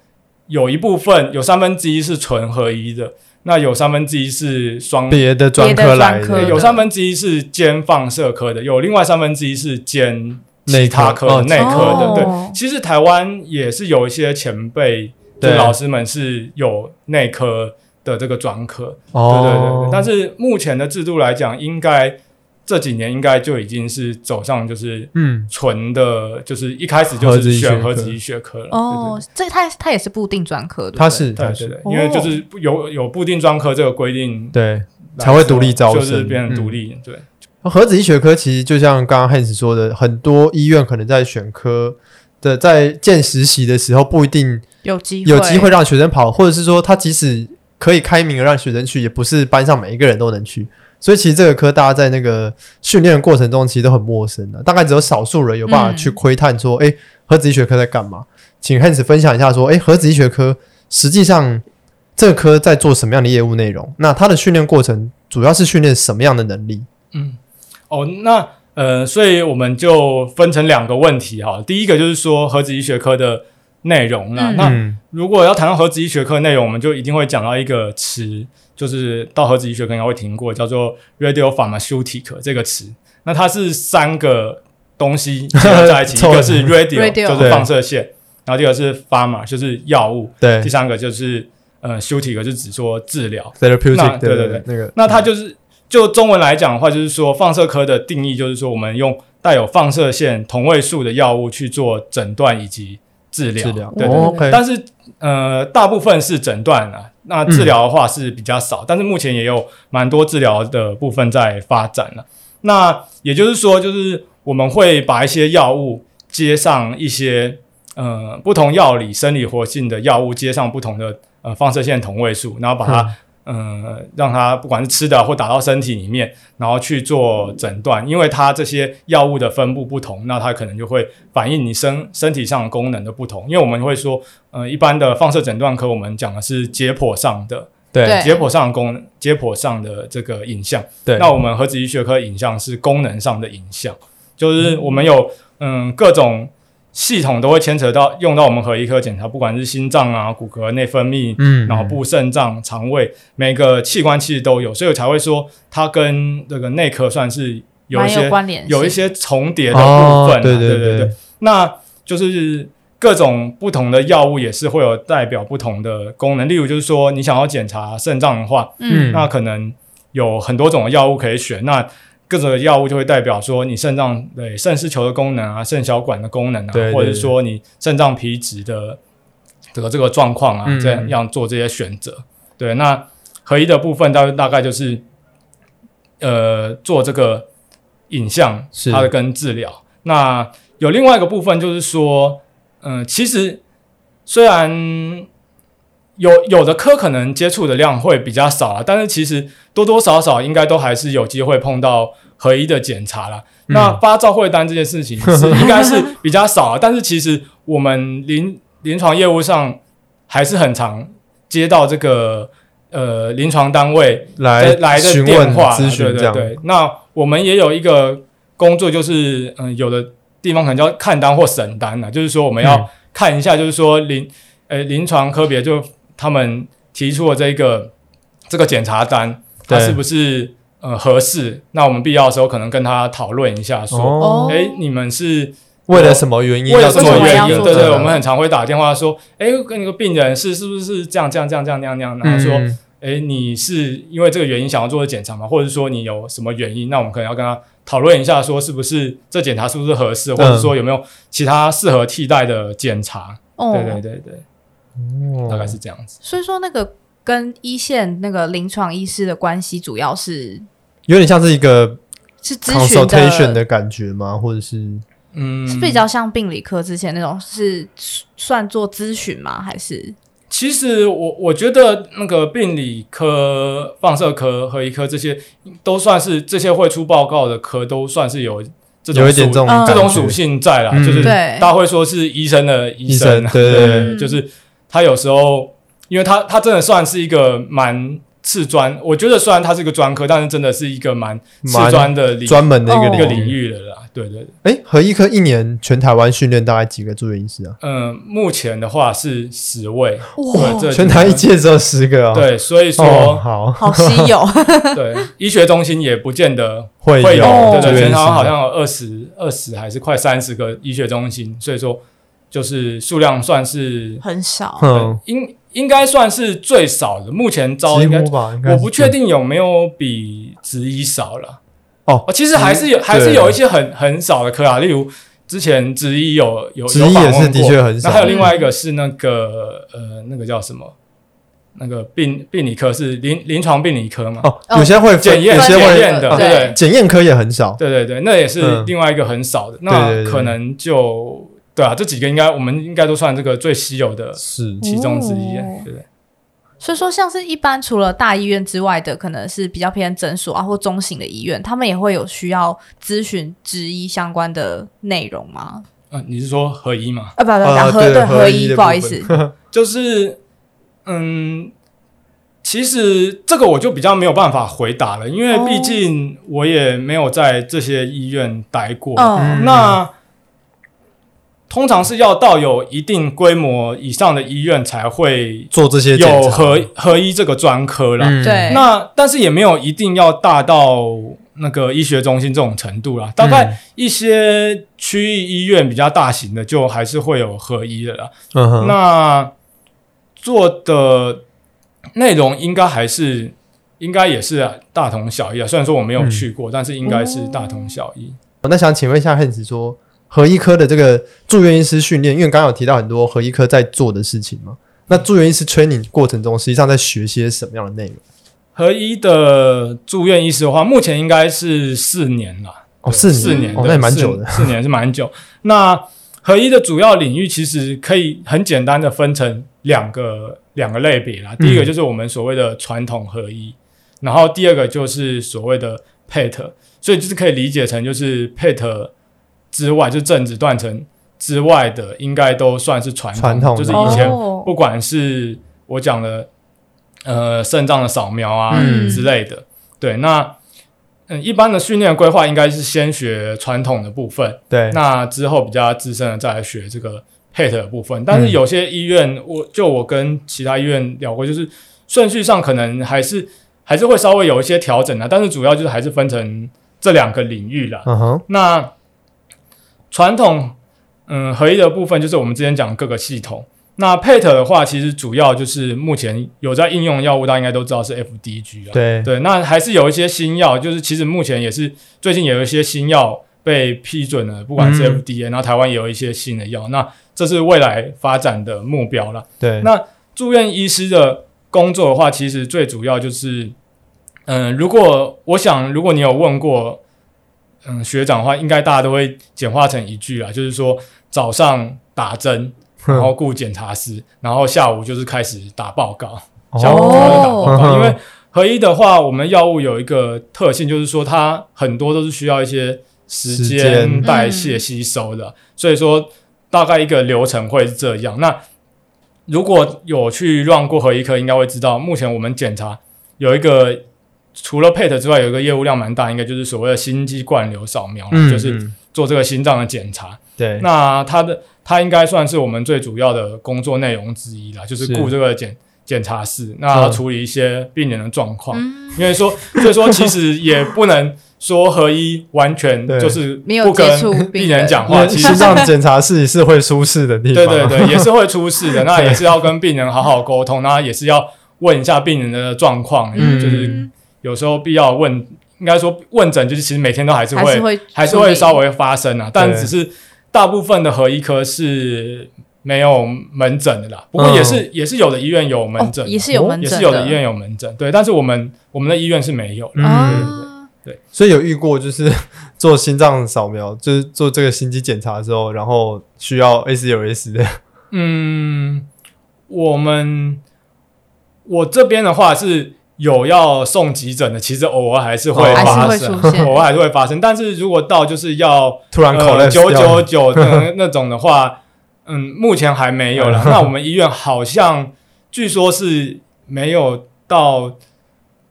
C: 有一部分有三分之一是纯合一的，那有三分之一是双，
A: 别的专科来
D: 别的专科
C: 有
D: 的
C: 三分之一是兼放射科的，有另外三分之一是兼
A: 内
C: 其他
A: 科
C: 科的
A: 哦
C: 内科的。
D: 哦
C: 对，其实台湾也是有一些前辈。就
A: 对
C: 老师们是有内科的这个专科，对对对
A: 哦
C: 对，，但是目前的制度来讲，应该这几年应该就已经是走上就是
A: 嗯，
C: 纯的，就是一开始就
A: 合子
C: 是
A: 医学
C: 选
A: 科
C: 合子医学科了。
D: 哦，这他他也是固定专科，对不对
A: 他是
C: 对
A: 他
C: 对对
A: 是
C: 对对，因为就是有有固定专科这个规定
A: 对。
C: 来说，
A: 才会独立招生嗯
C: 就是变成独立。对，
A: 核子医学科其实就像刚刚 Hans 说的，很多医院可能在选科的在建实习的时候，不一定
D: 有机
A: 有机会让学生跑，或者是说他即使可以开名额让学生去，也不是班上每一个人都能去。所以其实这个科大家在那个训练的过程中，其实都很陌生的、大概只有少数人有办法去窥探说，哎、核子医学科在干嘛？请 Hans 分享一下说，哎、核子医学科实际上这个科在做什么样的业务内容？那它的训练过程主要是训练什么样的能力？
C: 嗯，哦，那呃，所以我们就分成两个问题哈。第一个就是说核子医学科的内容啦，
D: 嗯
C: 那
A: 嗯，
C: 如果要谈到核子医学科内容，我们就一定会讲到一个词，就是到核子医学科应该会听过，叫做 radio pharmaceutic 这个词。那它是三个东 西结合在一起，
A: 凑
C: 一个是 radio,
D: radio
C: 就是放射线，然后第二个是 pharma 就是药物，
A: 对嗯
C: 第三个就是呃 seutic 就是指说治疗。
A: ，therapeutic，
C: 那
A: 对
C: 对
A: 对，那个，
C: 那它就是就中文来讲的话，就是说放射科的定义就是说我们用带有放射线同位素的药物去做诊断以及治疗。
A: 治疗
C: 对对对
A: 哦，OK，
C: 但是呃，大部分是诊断啊，那治疗的话是比较少，但是目前也有蛮多治疗的部分在发展了、那也就是说，就是我们会把一些药物接上一些呃不同药理生理活性的药物接上不同的呃放射线同位素，然后把
A: 啊
C: 它、呃，让它不管是吃的或打到身体里面，然后去做诊断，因为它这些药物的分布不同，那它可能就会反映你身身体上功能的不同。因为我们会说，呃，一般的放射诊断科，我们讲的是解剖上的
A: 对
D: 对
C: 解剖上的功能，解剖上的这个影像。
A: 对，
C: 那我们核子医学科影像是功能上的影像，就是我们有嗯各种系统都会牵扯到用到我们核医科检查，不管是心脏啊、骨骼内分泌、
A: 嗯，
C: 脑部、肾脏、肠胃每个器官其实都有，所以我才会说它跟这个内科算是有一
D: 蛮有
C: 些
D: 关联性，
C: 有一些重叠的部分啊、
A: 哦对
C: 对
A: 对
C: 对
A: 对
C: 那就是各种不同的药物也是会有代表不同的功能，例如就是说你想要检查肾脏的话，
A: 嗯
C: 那可能有很多种的药物可以选，那各种药物就会代表说你肾脏对肾丝球的功能啊、肾小管的功能啊，
A: 对对
C: 或者是说你肾脏皮质的的这个状况啊，
A: 嗯
C: 这样做这些选择。对，那合一的部分大大概就是呃做这个影像，
A: 是
C: 它的跟治疗。那有另外一个部分就是说，嗯、其实虽然有有的科可能接触的量会比较少啊，但是其实多多少少应该都还是有机会碰到合一的检查啦。
A: 嗯
C: 那发照会单这件事情是应该是比较少啊，但是其实我们临临床业务上还是很常接到这个呃临床单位
A: 来
C: 来的
A: 询
C: 电
A: 问
C: 话啦
A: 咨询
C: 对
A: 这
C: 对
A: 样，
C: 对。那我们也有一个工作，就是嗯、有的地方可能叫看单或审单呢、就是说我们
A: 嗯
C: 要看一下，就是说临呃临床科别就他们提出的这个这个检查单，它
A: 对
C: 是不是呃合适？那我们必要的时候可能跟他讨论一下，说，
A: 哦，
C: 哎、你们是
A: 为了什么原因
C: 为
A: 要
C: 了什
A: 做
C: 么
A: 这
C: 原
A: 样
C: 因？
A: 的
C: 对对，
A: 嗯
C: 我们很常会打电话说，哎，跟你个病人是是不是这样这样这样这样这样这样？然后说，
A: 嗯
C: 哎，你是因为这个原因想要做的检查吗？或者说你有什么原因？那我们可能要跟他讨论一下，说是不是这检查是不是合适，或者
A: 嗯
C: 说有没有其他适合替代的检查？
D: 哦
C: 对对对对，
A: 哦
C: 大概是这样子。
D: 所以说那个跟一线那个临床医师的关系，主要是
A: 有点像是一个
D: 是咨询
A: consultation
D: 的，
A: 的感觉吗？或者是
C: 嗯，
D: 是比较像病理科之前那种，是算做咨询吗？还是
C: 其实我我觉得那个病理科、放射科、核医科这些都算是这些会出报告的科，都算是有这种
A: 有一点
C: 属
A: 这种
D: 嗯
C: 这种
A: 感觉
C: 属性在啦，
A: 嗯
C: 就是
D: 对
C: 大家会说是医生的医
A: 医
C: 生
A: 生
C: 啊，
A: 对对
C: 对
D: 嗯
C: 就是他有时候，因为他他真的算是一个蛮次专，我觉得虽然他是个专科，但是真的是一个蛮次
A: 蛮
C: 专的领
A: 专门的一个
D: 哦
C: 一
A: 领
C: 个领。域的啦，对对对，
A: 哎，合一科一年全台湾训练大概几个住院医师啊？
C: 嗯，目前的话是十位，对
D: 哇，
C: 这
A: 全台一届只有十个哦。
C: 对，所以说。
A: 哦，好
D: 好稀有
C: 对，医学中心也不见得
A: 会
C: 会有，
D: 哦
A: 有
C: 对
A: 住院
C: 对，
A: 医
C: 全
A: 师
C: 台湾好像有二十二十还是快三十个医学中心，所以说就是数量算是、
D: 很少。
A: 嗯，
C: 应应该算是最少的，目前招
A: 几
C: 应该
A: 乎吧，应该
C: 我
A: 是
C: 不确定有没有比职医少了。
A: 哦，
C: 其实还是有，还是有一些很很少的科啊，例如之前职医有有
A: 职医
C: 有访问
A: 也是的
C: 过
A: 确很少
C: 那还有另外一个是那个呃，那个叫什么？那个病病理科是临临床病理科嘛？
A: 哦，
D: 哦
A: 有些会分
C: 啊检验
A: 有些
C: 检
A: 会
C: 验的，
A: 哦
C: 对不对？
A: 检验科也很少。
C: 对对对，那也是
A: 嗯
C: 另外一个很少的，
A: 对对
C: 那
A: 对
C: 可能就对啊，这几个应该我们应该都算这个最稀有的
A: 是
C: 其中之一，
D: 哦
C: 对不对？
D: 所以说，像是一般除了大医院之外的，可能是比较偏诊所啊或中型的医院，他们也会有需要咨询执医相关的内容吗？
C: 嗯，你是说合一吗？
D: 啊，不不不，
A: 啊
D: 合
A: 对
D: 对
A: 合
D: 合
A: 一的
D: 一，不好
A: 部
D: 意
A: 分
D: 思，
C: 就是嗯，其实这个我就比较没有办法回答了，因为
D: 哦
C: 毕竟我也没有在这些医院待过，
A: 哦
D: 嗯，
C: 那通常是要到有一定规模以上的医院才会
A: 做这些检查
C: 有合合一这个专科啦。
A: 嗯
D: 对
C: 那但是也没有一定要大到那个医学中心这种程度啦，大
A: 嗯
C: 概一些区域医院比较大型的，就还是会有合一的啦。
A: 嗯哼，
C: 那做的内容应该还是应该也是大同小异啊，虽然说我没有去过，但是应该是大同小异。
A: 那想请问一下 Hans 说，合医科的这个住院医师训练，因为刚刚有提到很多合医科在做的事情嘛，那住院医师 training 过程中，实际上在学些什么样的内容？
C: 合一的住院医师的话，目前应该是四年了。
A: 哦，
C: 对
A: 四
C: 四年，
A: 哦，
C: 对
A: 那也蛮久的。
C: 四，四年是蛮久。那合一的主要领域其实可以很简单的分成两个两个类别啦。
A: 嗯
C: 第一个就是我们所谓的传统合一，然后第二个就是所谓的 PET，所以就是可以理解成就是 PET 之外，就正子断层之外的，应该都算是传
A: 传统的
C: 就是以前
D: 哦
C: 不管是我讲的呃肾脏的扫描啊、
A: 嗯
C: 之类的，对，那嗯一般的训练规划应该是先学传统的部分，
A: 对，
C: 那之后比较资深的再来学这个 PET 的部分。
A: 嗯
C: 但是有些医院，我就我跟其他医院聊过，就是顺序上可能还是还是会稍微有一些调整的，啊但是主要就是还是分成这两个领域啦。
A: 嗯哼，
C: 那传统嗯合一的部分就是我们之前讲各个系统。那 PET 的话，其实主要就是目前有在应用药物，大家应该都知道是 FDG 啊。
A: 对，
C: 对，那还是有一些新药，就是其实目前也是最近也有一些新药被批准了，不管是
A: 嗯
C: FDA，、然后台湾也有一些新的药，那这是未来发展的目标啦。
A: 对，
C: 那住院医师的工作的话，其实最主要就是嗯、如果我想，如果你有问过，嗯，学长的话，应该大家都会简化成一句啊，就是说早上打针，
A: 嗯
C: 然后顾检查师，然后下午就是开始打报告，下午就开始打报告，
A: 哦
C: 因为。合一的话，我们药物有一个特性，就是说它很多都是需要一些时
A: 时
C: 间
A: 间
C: 代谢吸收的，所以说大概一个流程会是这样。那如果有去让过合一科，应该会知道，目前我们检查有一个除了 PET 之外，有一个业务量蛮大，应该就是所谓的心肌灌流扫描，
A: 嗯，
C: 就是
A: 嗯
C: 做这个心脏的检查。
A: 对，
C: 那它的它应该算是我们最主要的工作内容之一啦，就是
A: 是
C: 顾这个检检查室，那
A: 嗯
C: 处理一些病人的状况。
D: 嗯，
C: 因为说，所以说其实也不能说合一完全
A: 对
C: 就是
D: 没有
C: 不跟
D: 接触病
C: 病人
D: 人
C: 讲
A: 因
C: 话，
A: 为
C: 其实
A: 心脏检查室是会舒适的地方，
C: 对对对，也是会出 事的。那也是要跟病人好好沟通，那也是要问一下病人的状况，
A: 嗯
C: 就是有时候必要问，应该说问诊就是其实每天都还是
D: 还
C: 会
D: 是会
C: 还是
D: 处
C: 会
D: 理
C: 稍微发生啊，但
A: 对
C: 只是大部分的合医科是没有门诊的啦。不过也是、也是有的医院有门诊
D: 哦，
C: 的、
D: 也是有
A: 哦
D: 门
C: 也
D: 诊
C: 是有的医院有门诊，对，但是我们我们的医院是没有的。
A: 嗯
D: 啊，
A: 所以有遇过，就是做心脏扫描，就是做这个心肌检查的时候，然后需要 SUS 的，
C: 嗯，我们我这边的话是有要送急诊的，其实偶尔还是会
A: 哦还是
C: 发
D: 会
C: 生，
D: 出现
C: 偶尔还是会发生。但是如果到就是要
A: 突然口
C: 呃
A: 了
C: 九九九那那种 的话，嗯，目前还没有
A: 嗯
C: 了。那我们医院好像据说是没有到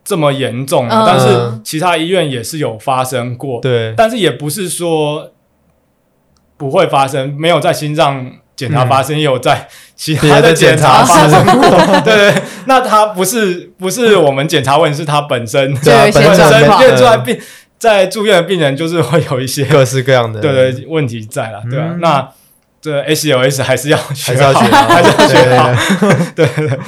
C: 这么严重
D: 嗯
C: 啊，但是其他医院也是有发生过。
A: 对，
C: 但是也不是说不会发生，没有在心脏检查发
A: 嗯
C: 生，也有在其
A: 别
C: 他
A: 的
C: 的
A: 检
C: 检
A: 查
C: 查
A: 发
C: 发
A: 生
C: 生。
A: 过，
C: 对对，对那它不是不是我们检查问题，是它本身
A: 对啊
D: 就有一
A: 本身
D: 些
C: 本
D: 状
C: 身
D: 况
C: 因为
A: 对
C: 住在病在住院的病人就是会有一些
A: 各式各样的，
C: 对对问题在啦，对啊
A: 嗯，
C: 那这 SLS 还是要学
A: 还是要
C: 好
A: 学啊，
C: 还是要学好。
A: 好，
C: 对对对，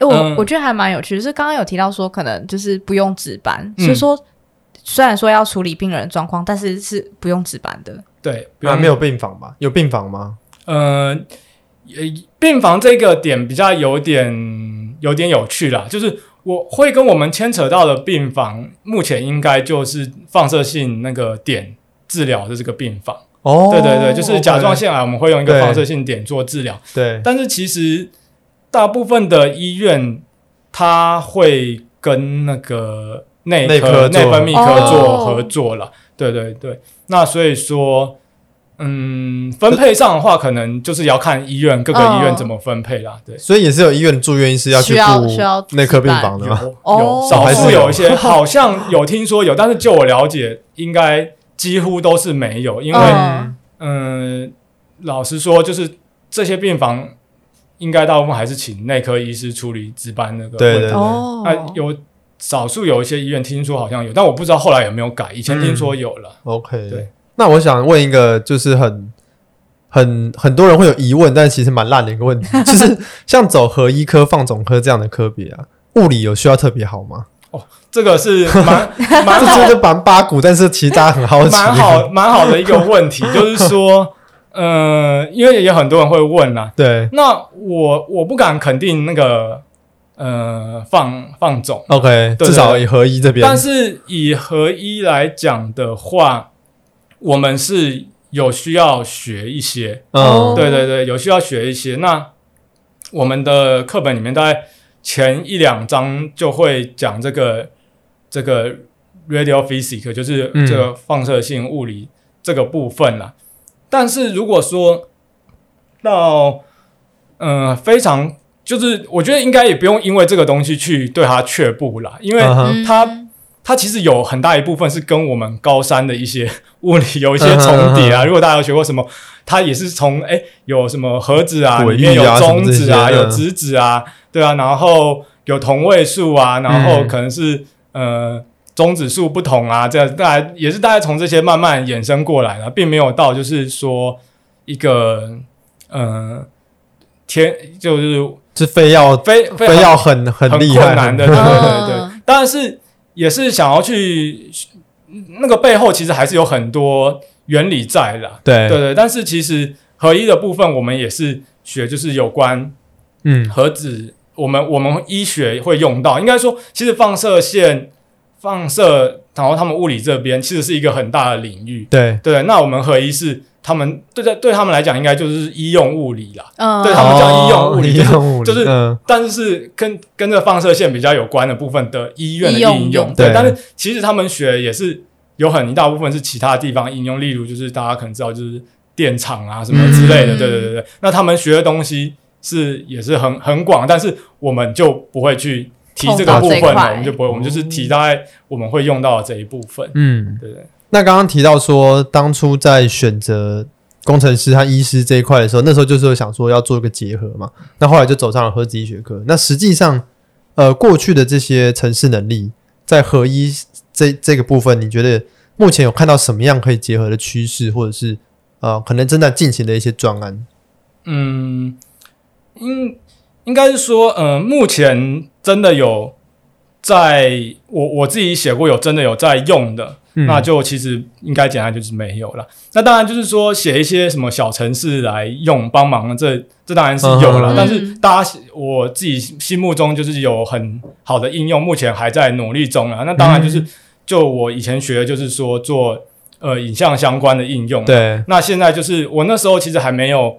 D: 诶我
C: 嗯
D: 我觉得还蛮有趣，就是刚刚有提到说，可能就是不用值班，
C: 嗯
D: 所以说虽然说要处理病人的状况，但是是不用值班的。
C: 对， 不
A: 还
C: 用
A: 啊没有病房吧？有病房吗？
C: 呃，也病房这个点比较有点有点有趣啦，就是我会跟我们牵扯到的病房，目前应该就是放射性那个点治疗的这个病房。
A: 哦，
C: 对对对，就是甲状腺癌，我们会用一个
A: 对
C: 放射性点做治疗，
A: OK，对，
C: 但是其实大部分的医院它会跟那个内
A: 内科
C: 科、
A: 做
C: 内分泌科做
D: 哦
C: 合作了。对对对，那所以说，嗯，分配上的话，可能就是要看医院各个医院
D: 哦
C: 怎么分配啦。对，
A: 所以也是有医院的住院医师要去
D: 需要
A: 顾
D: 需要
A: 内科病
D: 值班
A: 房的吗？
C: 有
D: 哦
C: 有少
A: 还
C: 数
A: 是有
C: 有一些，好像有听说有，但是就我了解，应该几乎都是没有，因为
D: 嗯
C: 嗯，老实说，就是这些病房应该大部分还是请内科医师处理值班那个
A: 对
C: 问
A: 对
C: 题。
D: 哦
C: 那、啊有少数有一些医院听说好像有，但我不知道后来有没有改。以前听说有
A: 嗯
C: 了，
A: OK，
C: 对
A: 那我想问一个，就是很很很多人会有疑问，但其实蛮烂的一个问题， 就是像走合医科、放总科这样的科别啊，物理有需要特别好 吗？
C: 这个是蛮蛮
A: 这
C: 好
A: 真的蛮八股，但是其实大家很好奇，
C: 蛮好蛮好的一个问题，就 是说，呃，因为也很多人会问啦、
A: 对
C: 那我我不敢肯定那个呃放放总，
A: ，OK，
C: 对
A: 至少以合医这边，
C: 但是以合一来讲的话，我们是有需要学一些，
A: 嗯，
D: 哦
C: 对对对，有需要学一些。那我们的课本里面大概前一两章就会讲这个这个 radio physics，就是
A: 嗯
C: 这个放射性物理这个部分啦。但是如果说到呃非常，就是我觉得应该也不用因为这个东西去对它却步啦，因为
A: 嗯哼
D: 嗯
C: 它它其实有很大一部分是跟我们高三的一些 物理有一
A: 嗯
C: 些重叠啊。如果大家有学过什么，它也是从哎有什么盒子啊，
A: 轨
C: 里
A: 域啊
C: 面有中子啊，
A: 什么这些
C: 有
A: 嗯
C: 质子啊，对啊，然后有同位素啊，然后
A: 嗯
C: 可能是、呃中子数不同啊，这样大家也是大家从这些慢慢衍生过来的、并没有到就是说一个呃天就是
A: 就非要
C: 非非
A: 非要很很
C: 很
A: 厉害
C: 困难的，对
D: 哦
C: 对对对。但是也是想要去那个背后，其实还是有很多原理在啦。
A: 对
C: 对对，但是其实合一的部分，我们也是学，就是有关
A: 嗯
C: 核子，我们我们医学会用到，应该说，其实放射线放射，然后他们物理这边其实是一个很大的领域。
A: 对，
C: 对，那我们合一是他们对对对他们来讲，应该就是医用物理啦。
D: 嗯，
C: 对他们叫医用物理
A: 医用物理
C: 就是
A: 嗯
C: 但是跟跟这个放射线比较有关的部分的医院的
D: 医用
C: 应
D: 用
C: 用，对
A: 对，
C: 但是其实他们学也是有很一大部分是其他地方应用，例如就是大家可能知道就是电厂啊什么之类的，
D: 嗯
C: 对对对对。那他们学的东西是也是很很广，但是我们就不会去提这个部
D: 碰到这
C: 分
D: 一
C: 了
D: 块，
C: 我们就不会，我们就是提大概我们会用到的这一部分，
A: 嗯，
C: 对对
A: 那刚刚提到说，当初在选择工程师和医师这一块的时候，那时候就是有想说要做一个结合嘛。那后来就走上了合子医学科。那实际上，呃，过去的这些城市能力在合一这这个部分，你觉得目前有看到什么样可以结合的趋势，或者是呃，可能正在进行的一些专案？
C: 嗯，应应该是说，呃，目前真的有在我我自己写过有真的有在用的，
A: 嗯
C: 那就其实应该简单就是没有了。那当然就是说写一些什么小程式来用帮忙，这这当然是有
A: 嗯
C: 了。但是大家我自己心目中就是有很好的应用，目前还在努力中啊。那当然
A: 嗯
C: 就是、就我以前学的就是说做呃影像相关的应用啊，
A: 对，
C: 那现在就是我那时候其实还没有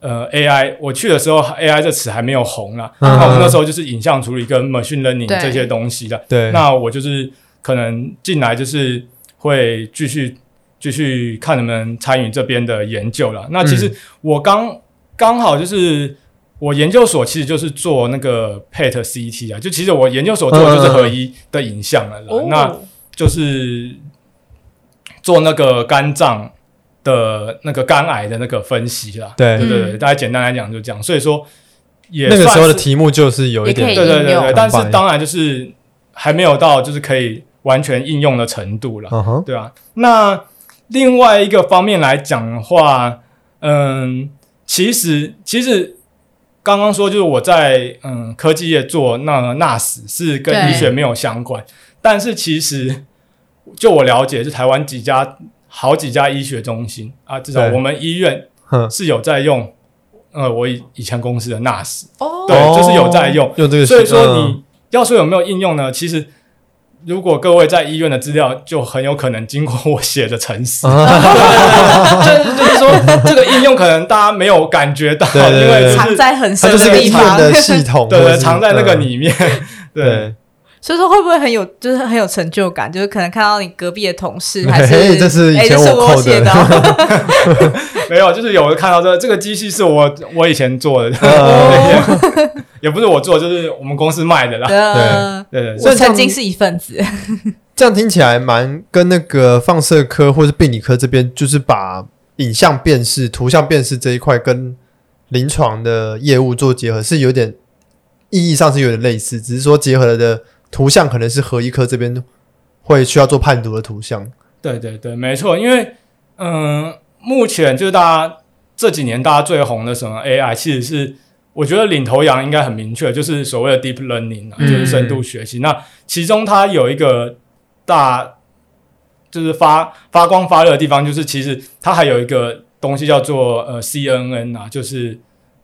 C: 呃 AI，我去的时候 AI 这词还没有红啦。
A: 嗯
C: 那我们那时候就是影像处理跟 machine learning
D: 对
C: 这些东西的。
A: 对，
C: 那我就是可能进来就是会继续继续看能不能参与这边的研究了。那其
A: 嗯
C: 实我刚刚好就是。我研究所其实就是做那个 PET CT 啊，就其实我研究所做的就是合一的影像了啦。
D: 哦
C: 那就是做那个肝脏的那个肝癌的那个分析啦。
A: 对
C: 对对
D: 嗯
C: 对，大家简单来讲就这样。所以说也
A: 那个时候的
C: 算是
A: 题目就是有一
D: 也可以
A: 点
C: 对对对
D: 应用
C: 对，但
A: 很棒
C: 是当然就是还没有到就是可以完全应用的程度啦。
A: 嗯哼，
C: 对啊，那另外一个方面来讲的话，嗯，其实其实刚刚说就是我在嗯科技业做那 NAS 是跟
D: 对
C: 医学没有相关，但是其实就我了解，就台湾几家好几家医学中心啊，至少
A: 对
C: 我们医院
A: 哼
C: 是有在用，呃，我以以前公司的 NAS，
D: 哦，
C: 对就是有在用
A: 哦用这个，
C: 所以说
A: 嗯
C: 你要说有没有应用呢？其实如果各位在医院的资料，就很有可能经过我写的程式，
A: 嗯啊
C: 就是就是说这个应用可能大家没有感觉到，
A: 对对对
C: 因为
A: 对
C: 就
D: 藏
C: 是
D: 在很
A: 它
D: 深
A: 就是一个
D: 地
A: 医
D: 方
A: 院， 的系统，
C: 对
A: 或
C: 对
A: 者是
C: 藏在那个
A: 嗯
C: 里面， 对。
A: 对，
D: 所以说会不会很有，就是很有成就感，就是可能看到你隔壁的 同事，还
A: 嘿
D: 是
A: 这是以
D: 哎
A: 前
D: 这是
A: 我扣的
D: 写的 哦，
C: 没有，就是有看到这这个机器是我我以前做的，
A: 呃
C: 也不是我做，就是我们公司卖的啦。
D: 呃
C: 对对对，
D: 我曾经是一份子，
A: 这样听起来蛮跟那个放射科或是病理科这边，就是把影像辨识、图像辨识这一块跟临床的业务做结合，是有点意义上是有点类似，只是说结合了的图像可能是合医科这边会需要做判读的图像。
C: 对对对，没错，因为嗯、目前就是大家这几年大家最红的什么 AI，其实是我觉得领头羊应该很明确，就是所谓的 deep learning 啊，
A: 嗯
C: 就是深度学习。那其中它有一个大就是发发光发热的地方，就是其实它还有一个东西叫做呃 CNN 啊，就是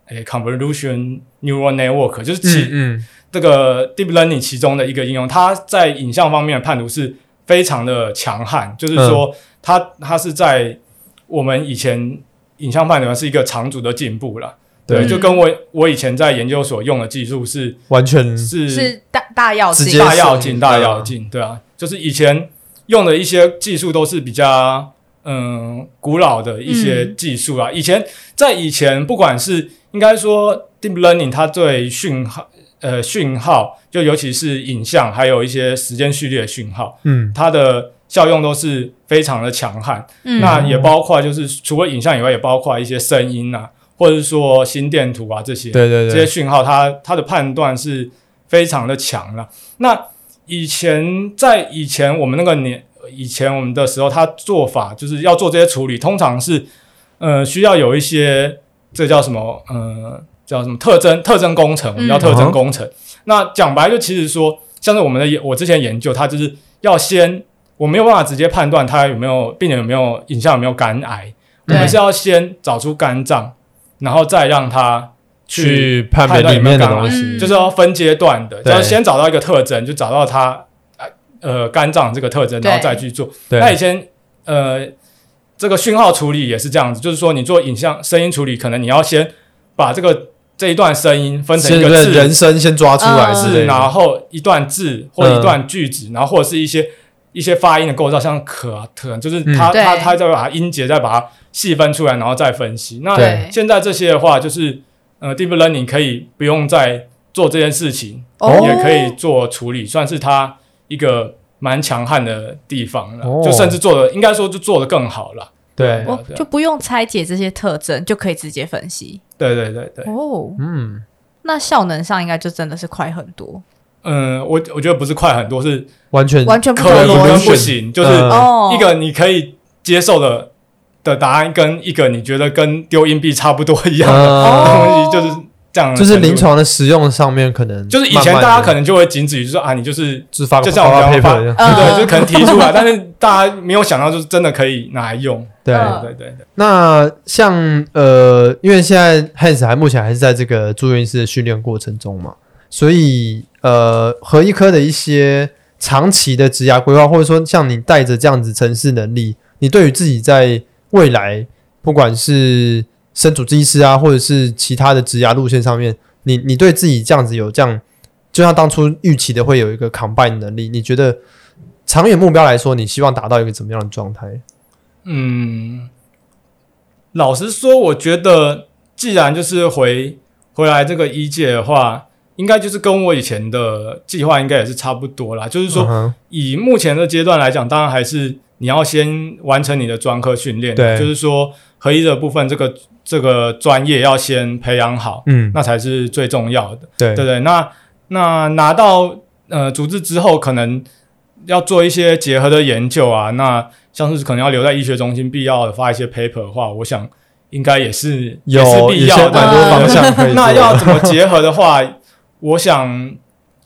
C: 诶 convolution neural network，就是其、
A: 嗯
C: 这个 deep learning 其中的一个应用，它在影像方面的判读是非常的强悍，就是说它、它是在我们以前影像判读是一个长足的进步了。对，
A: 对
C: 就跟我我以前在研究所用的技术是
A: 完全
C: 是
D: 是大大药
A: 直
D: 剂
A: 接
C: 大
A: 药
C: 要进大要进，对啊，就是以前用的一些技术都是比较嗯古老的一些技术啊。以前在以前，不管是应该说 deep learning，它对讯号呃讯号，就尤其是影像，还有一些时间序列讯号，
A: 嗯
C: 它的效用都是非常的强悍。
D: 嗯
C: 那也包括就是除了影像以外，也包括一些声音啊，或者是说心电图啊这些。
A: 对对
C: 这些讯号它，它的判断是非常的强了。那以前在以前我们那个年，以前我们的时候，它做法就是要做这些处理，通常是呃需要有一些这叫什么呃叫什么特征特征工程，我们叫特征工程。那讲白就其实说，像是我们的研我之前研究，它就是要先我没有办法直接判断它有没有病人有没有影像有没有肝癌，我
D: 对
C: 们是要先找出肝脏，然后再让它去
A: 去判别
C: 判断
A: 里
C: 有没
A: 面
C: 有
A: 的
C: 干嘛
A: 东
D: 嗯
A: 西，
C: 就是要分阶段的，
A: 对
C: 要先找到一个特征，就找到它呃呃肝脏这个特征，然后
D: 对
C: 再去做。
A: 对
C: 那以前呃，这个讯号处理也是这样子，就是说你做影像声音处理，可能你要先把这个这一段声音分成
A: 先
C: 一个
A: 人
C: 字
A: 人声先抓出来
D: 嗯
A: 之
C: 字，
A: 类
C: 然
A: 的，
C: 后一段字或一段句
A: 嗯
C: 子，然后或者是一些一些发音的构造，像可啊特，就是它、
D: 嗯
C: 它
D: 对
C: 它再把它音节再把它细分出来，然后再分析。那
A: 对
C: 现在这些的话，就是呃，deep learning 可以不用再做这件事情，
B: 嗯
A: 哦
C: 也可以做处理，算是它一个蛮强悍的地方了。
A: 哦
C: 就甚至做的，应该说就做的更好了。
A: 对，
C: 哦
D: 哦，就不用拆解这些特征，就可以直接分析
C: 对对对对，
D: 哦。
A: 嗯，
D: 那效能上应该就真的是快很多，
C: 嗯，我我觉得不是快很多，是
A: 完全
D: 完全不
C: 可
D: 同
C: 能
D: 逻
C: 跟
D: 辑
C: 不行，就是
A: 嗯
D: 哦。
C: 一个你可以接受的的答案，跟一个你觉得跟丢硬币差不多一样的
A: 呃，
C: 东西，就是这样的程度。
A: 就是临床的使用上面可能
C: 就是以前大家可
A: 能
C: 能就会仅止于就是说啊，你就是
A: 只发个
C: 就像我们
A: paper
C: 刚刚
A: 一样
D: 嗯
C: 对，就可能提 出来，但是大家没有想到，就是真的可以拿来用。
A: 对，
D: 嗯
C: 对对对，
A: 那像呃，因为现在 Hans 还目前还是在这个住院医师的训练过程中嘛，所以呃，合医科的一些长期的职涯规划，或者说像你带着这样子城市能力，你对于自己在未来不管是升主治医师啊，或者是其他的职涯路线上面，你你对自己这样子有这样，就像当初预期的会有一个 combine 能力，你觉得长远目标来说，你希望达到一个怎么样的状态？
C: 嗯，老实说，我觉得既然就是回回来这个一届的话，应该就是跟我以前的计划应该也是差不多啦。就是说
A: 嗯，哼
C: 以目前的阶段来讲，当然还是你要先完成你的专科训练，啊
A: 对
C: 就是说合一的部分，这个这个专业要先培养好，
A: 嗯，
C: 那才是最重要的，
A: 对
C: 对不对？那那拿到呃组织之后，可能要做一些结合的研究啊，那像是可能要留在医学中心，必要的发一些 paper 的话，我想应该也是
A: 有
C: 也是必
A: 有
C: 要
A: 些
C: 的，
A: 蛮多方向可以做的。
C: 那要怎么结合的话，我想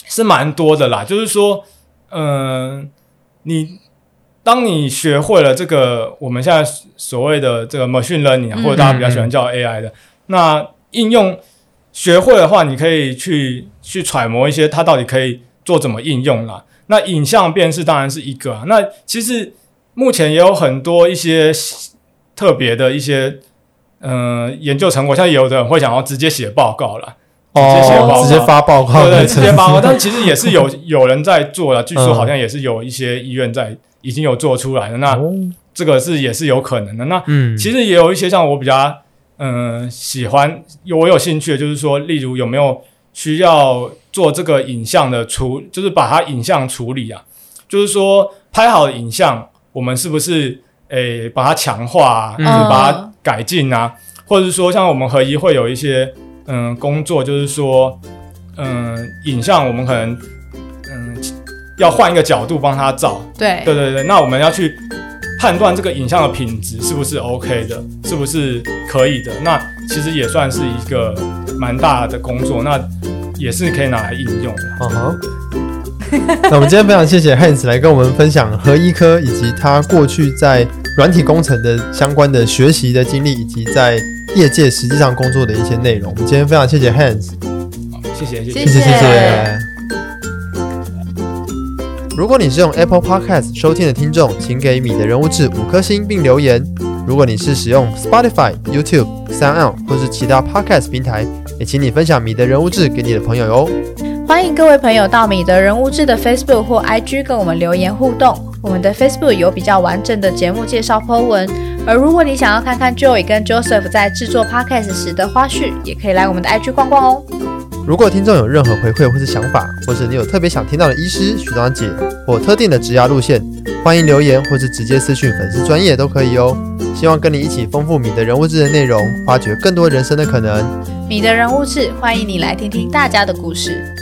C: 是蛮多的啦。就是说，嗯、你当你学会了这个我们现在所谓的这个 machine learning，、啊
D: 嗯
C: 或者大家比较喜欢叫 AI 的，那应用学会的话，你可以去去揣摩一些它到底可以做怎么应用啦。那影像辨识当然是一个啊。那其实目前也有很多一些特别的一些呃研究成果，像有的人会想要直接写报告啦，直接写报
A: 哦，
C: 告
A: 直接发报告，
C: 对对，
A: 没
C: 直
A: 错
C: 接报告。但其实也是有有人在做了，据
A: 嗯
C: 说好像也是有一些医院在已经有做出来了。那
A: 哦
C: 这个是也是有可能的。那
A: 嗯，
C: 其实也有一些像我比较嗯、呃喜欢有我有兴趣的，就是说，例如有没有需要做这个影像的处，就是把它影像处理啊，就是说拍好的影像，我们是不是诶、把它强化啊，
A: 嗯
C: 就是把它改进啊，或者是说像我们合一会有一些嗯、工作，就是说嗯、影像我们可能嗯、要换一个角度帮它照，
D: 对
C: 对对对，那我们要去判断这个影像的品质是不是 OK 的，是不是可以的。那其实也算是一个蛮大的工作，那也是可以拿来应用的。
A: 嗯哼。那我们今天非常谢谢 Hans 来跟我们分享合医科以及他过去在软体工程的相关的学习的经历，以及在业界实际上工作的一些内容。我们今天非常谢谢 Hans。
C: 好谢谢，谢谢
A: 谢
D: 谢。
A: 谢
D: 谢
A: 谢。如果你是用 Apple Podcast 收听的听众，请给米的人物志五颗星并留言。如果你是使用 Spotify、YouTube、Sound 或是其他 Podcast 平台，也请你分享米的人物志给你的朋友哟。
B: 欢迎各位朋友到米德人物志的 Facebook 或 IG 跟我们留言互动。我们的 Facebook 有比较完整的节目介绍 po 文，而如果你想要看看 Joy 跟 Joseph 在制作 Podcast 时的花絮，也可以来我们的 IG 逛逛哦。
A: 如果听众有任何回馈或是想法，或是你有特别想听到的医师、学长姐或特定的职涯路线，欢迎留言或是直接私讯粉丝专业都可以哦。希望跟你一起丰富米的人物志的内容，发掘更多人生的可能。
B: 米德人物志，欢迎你来听听大家的故事。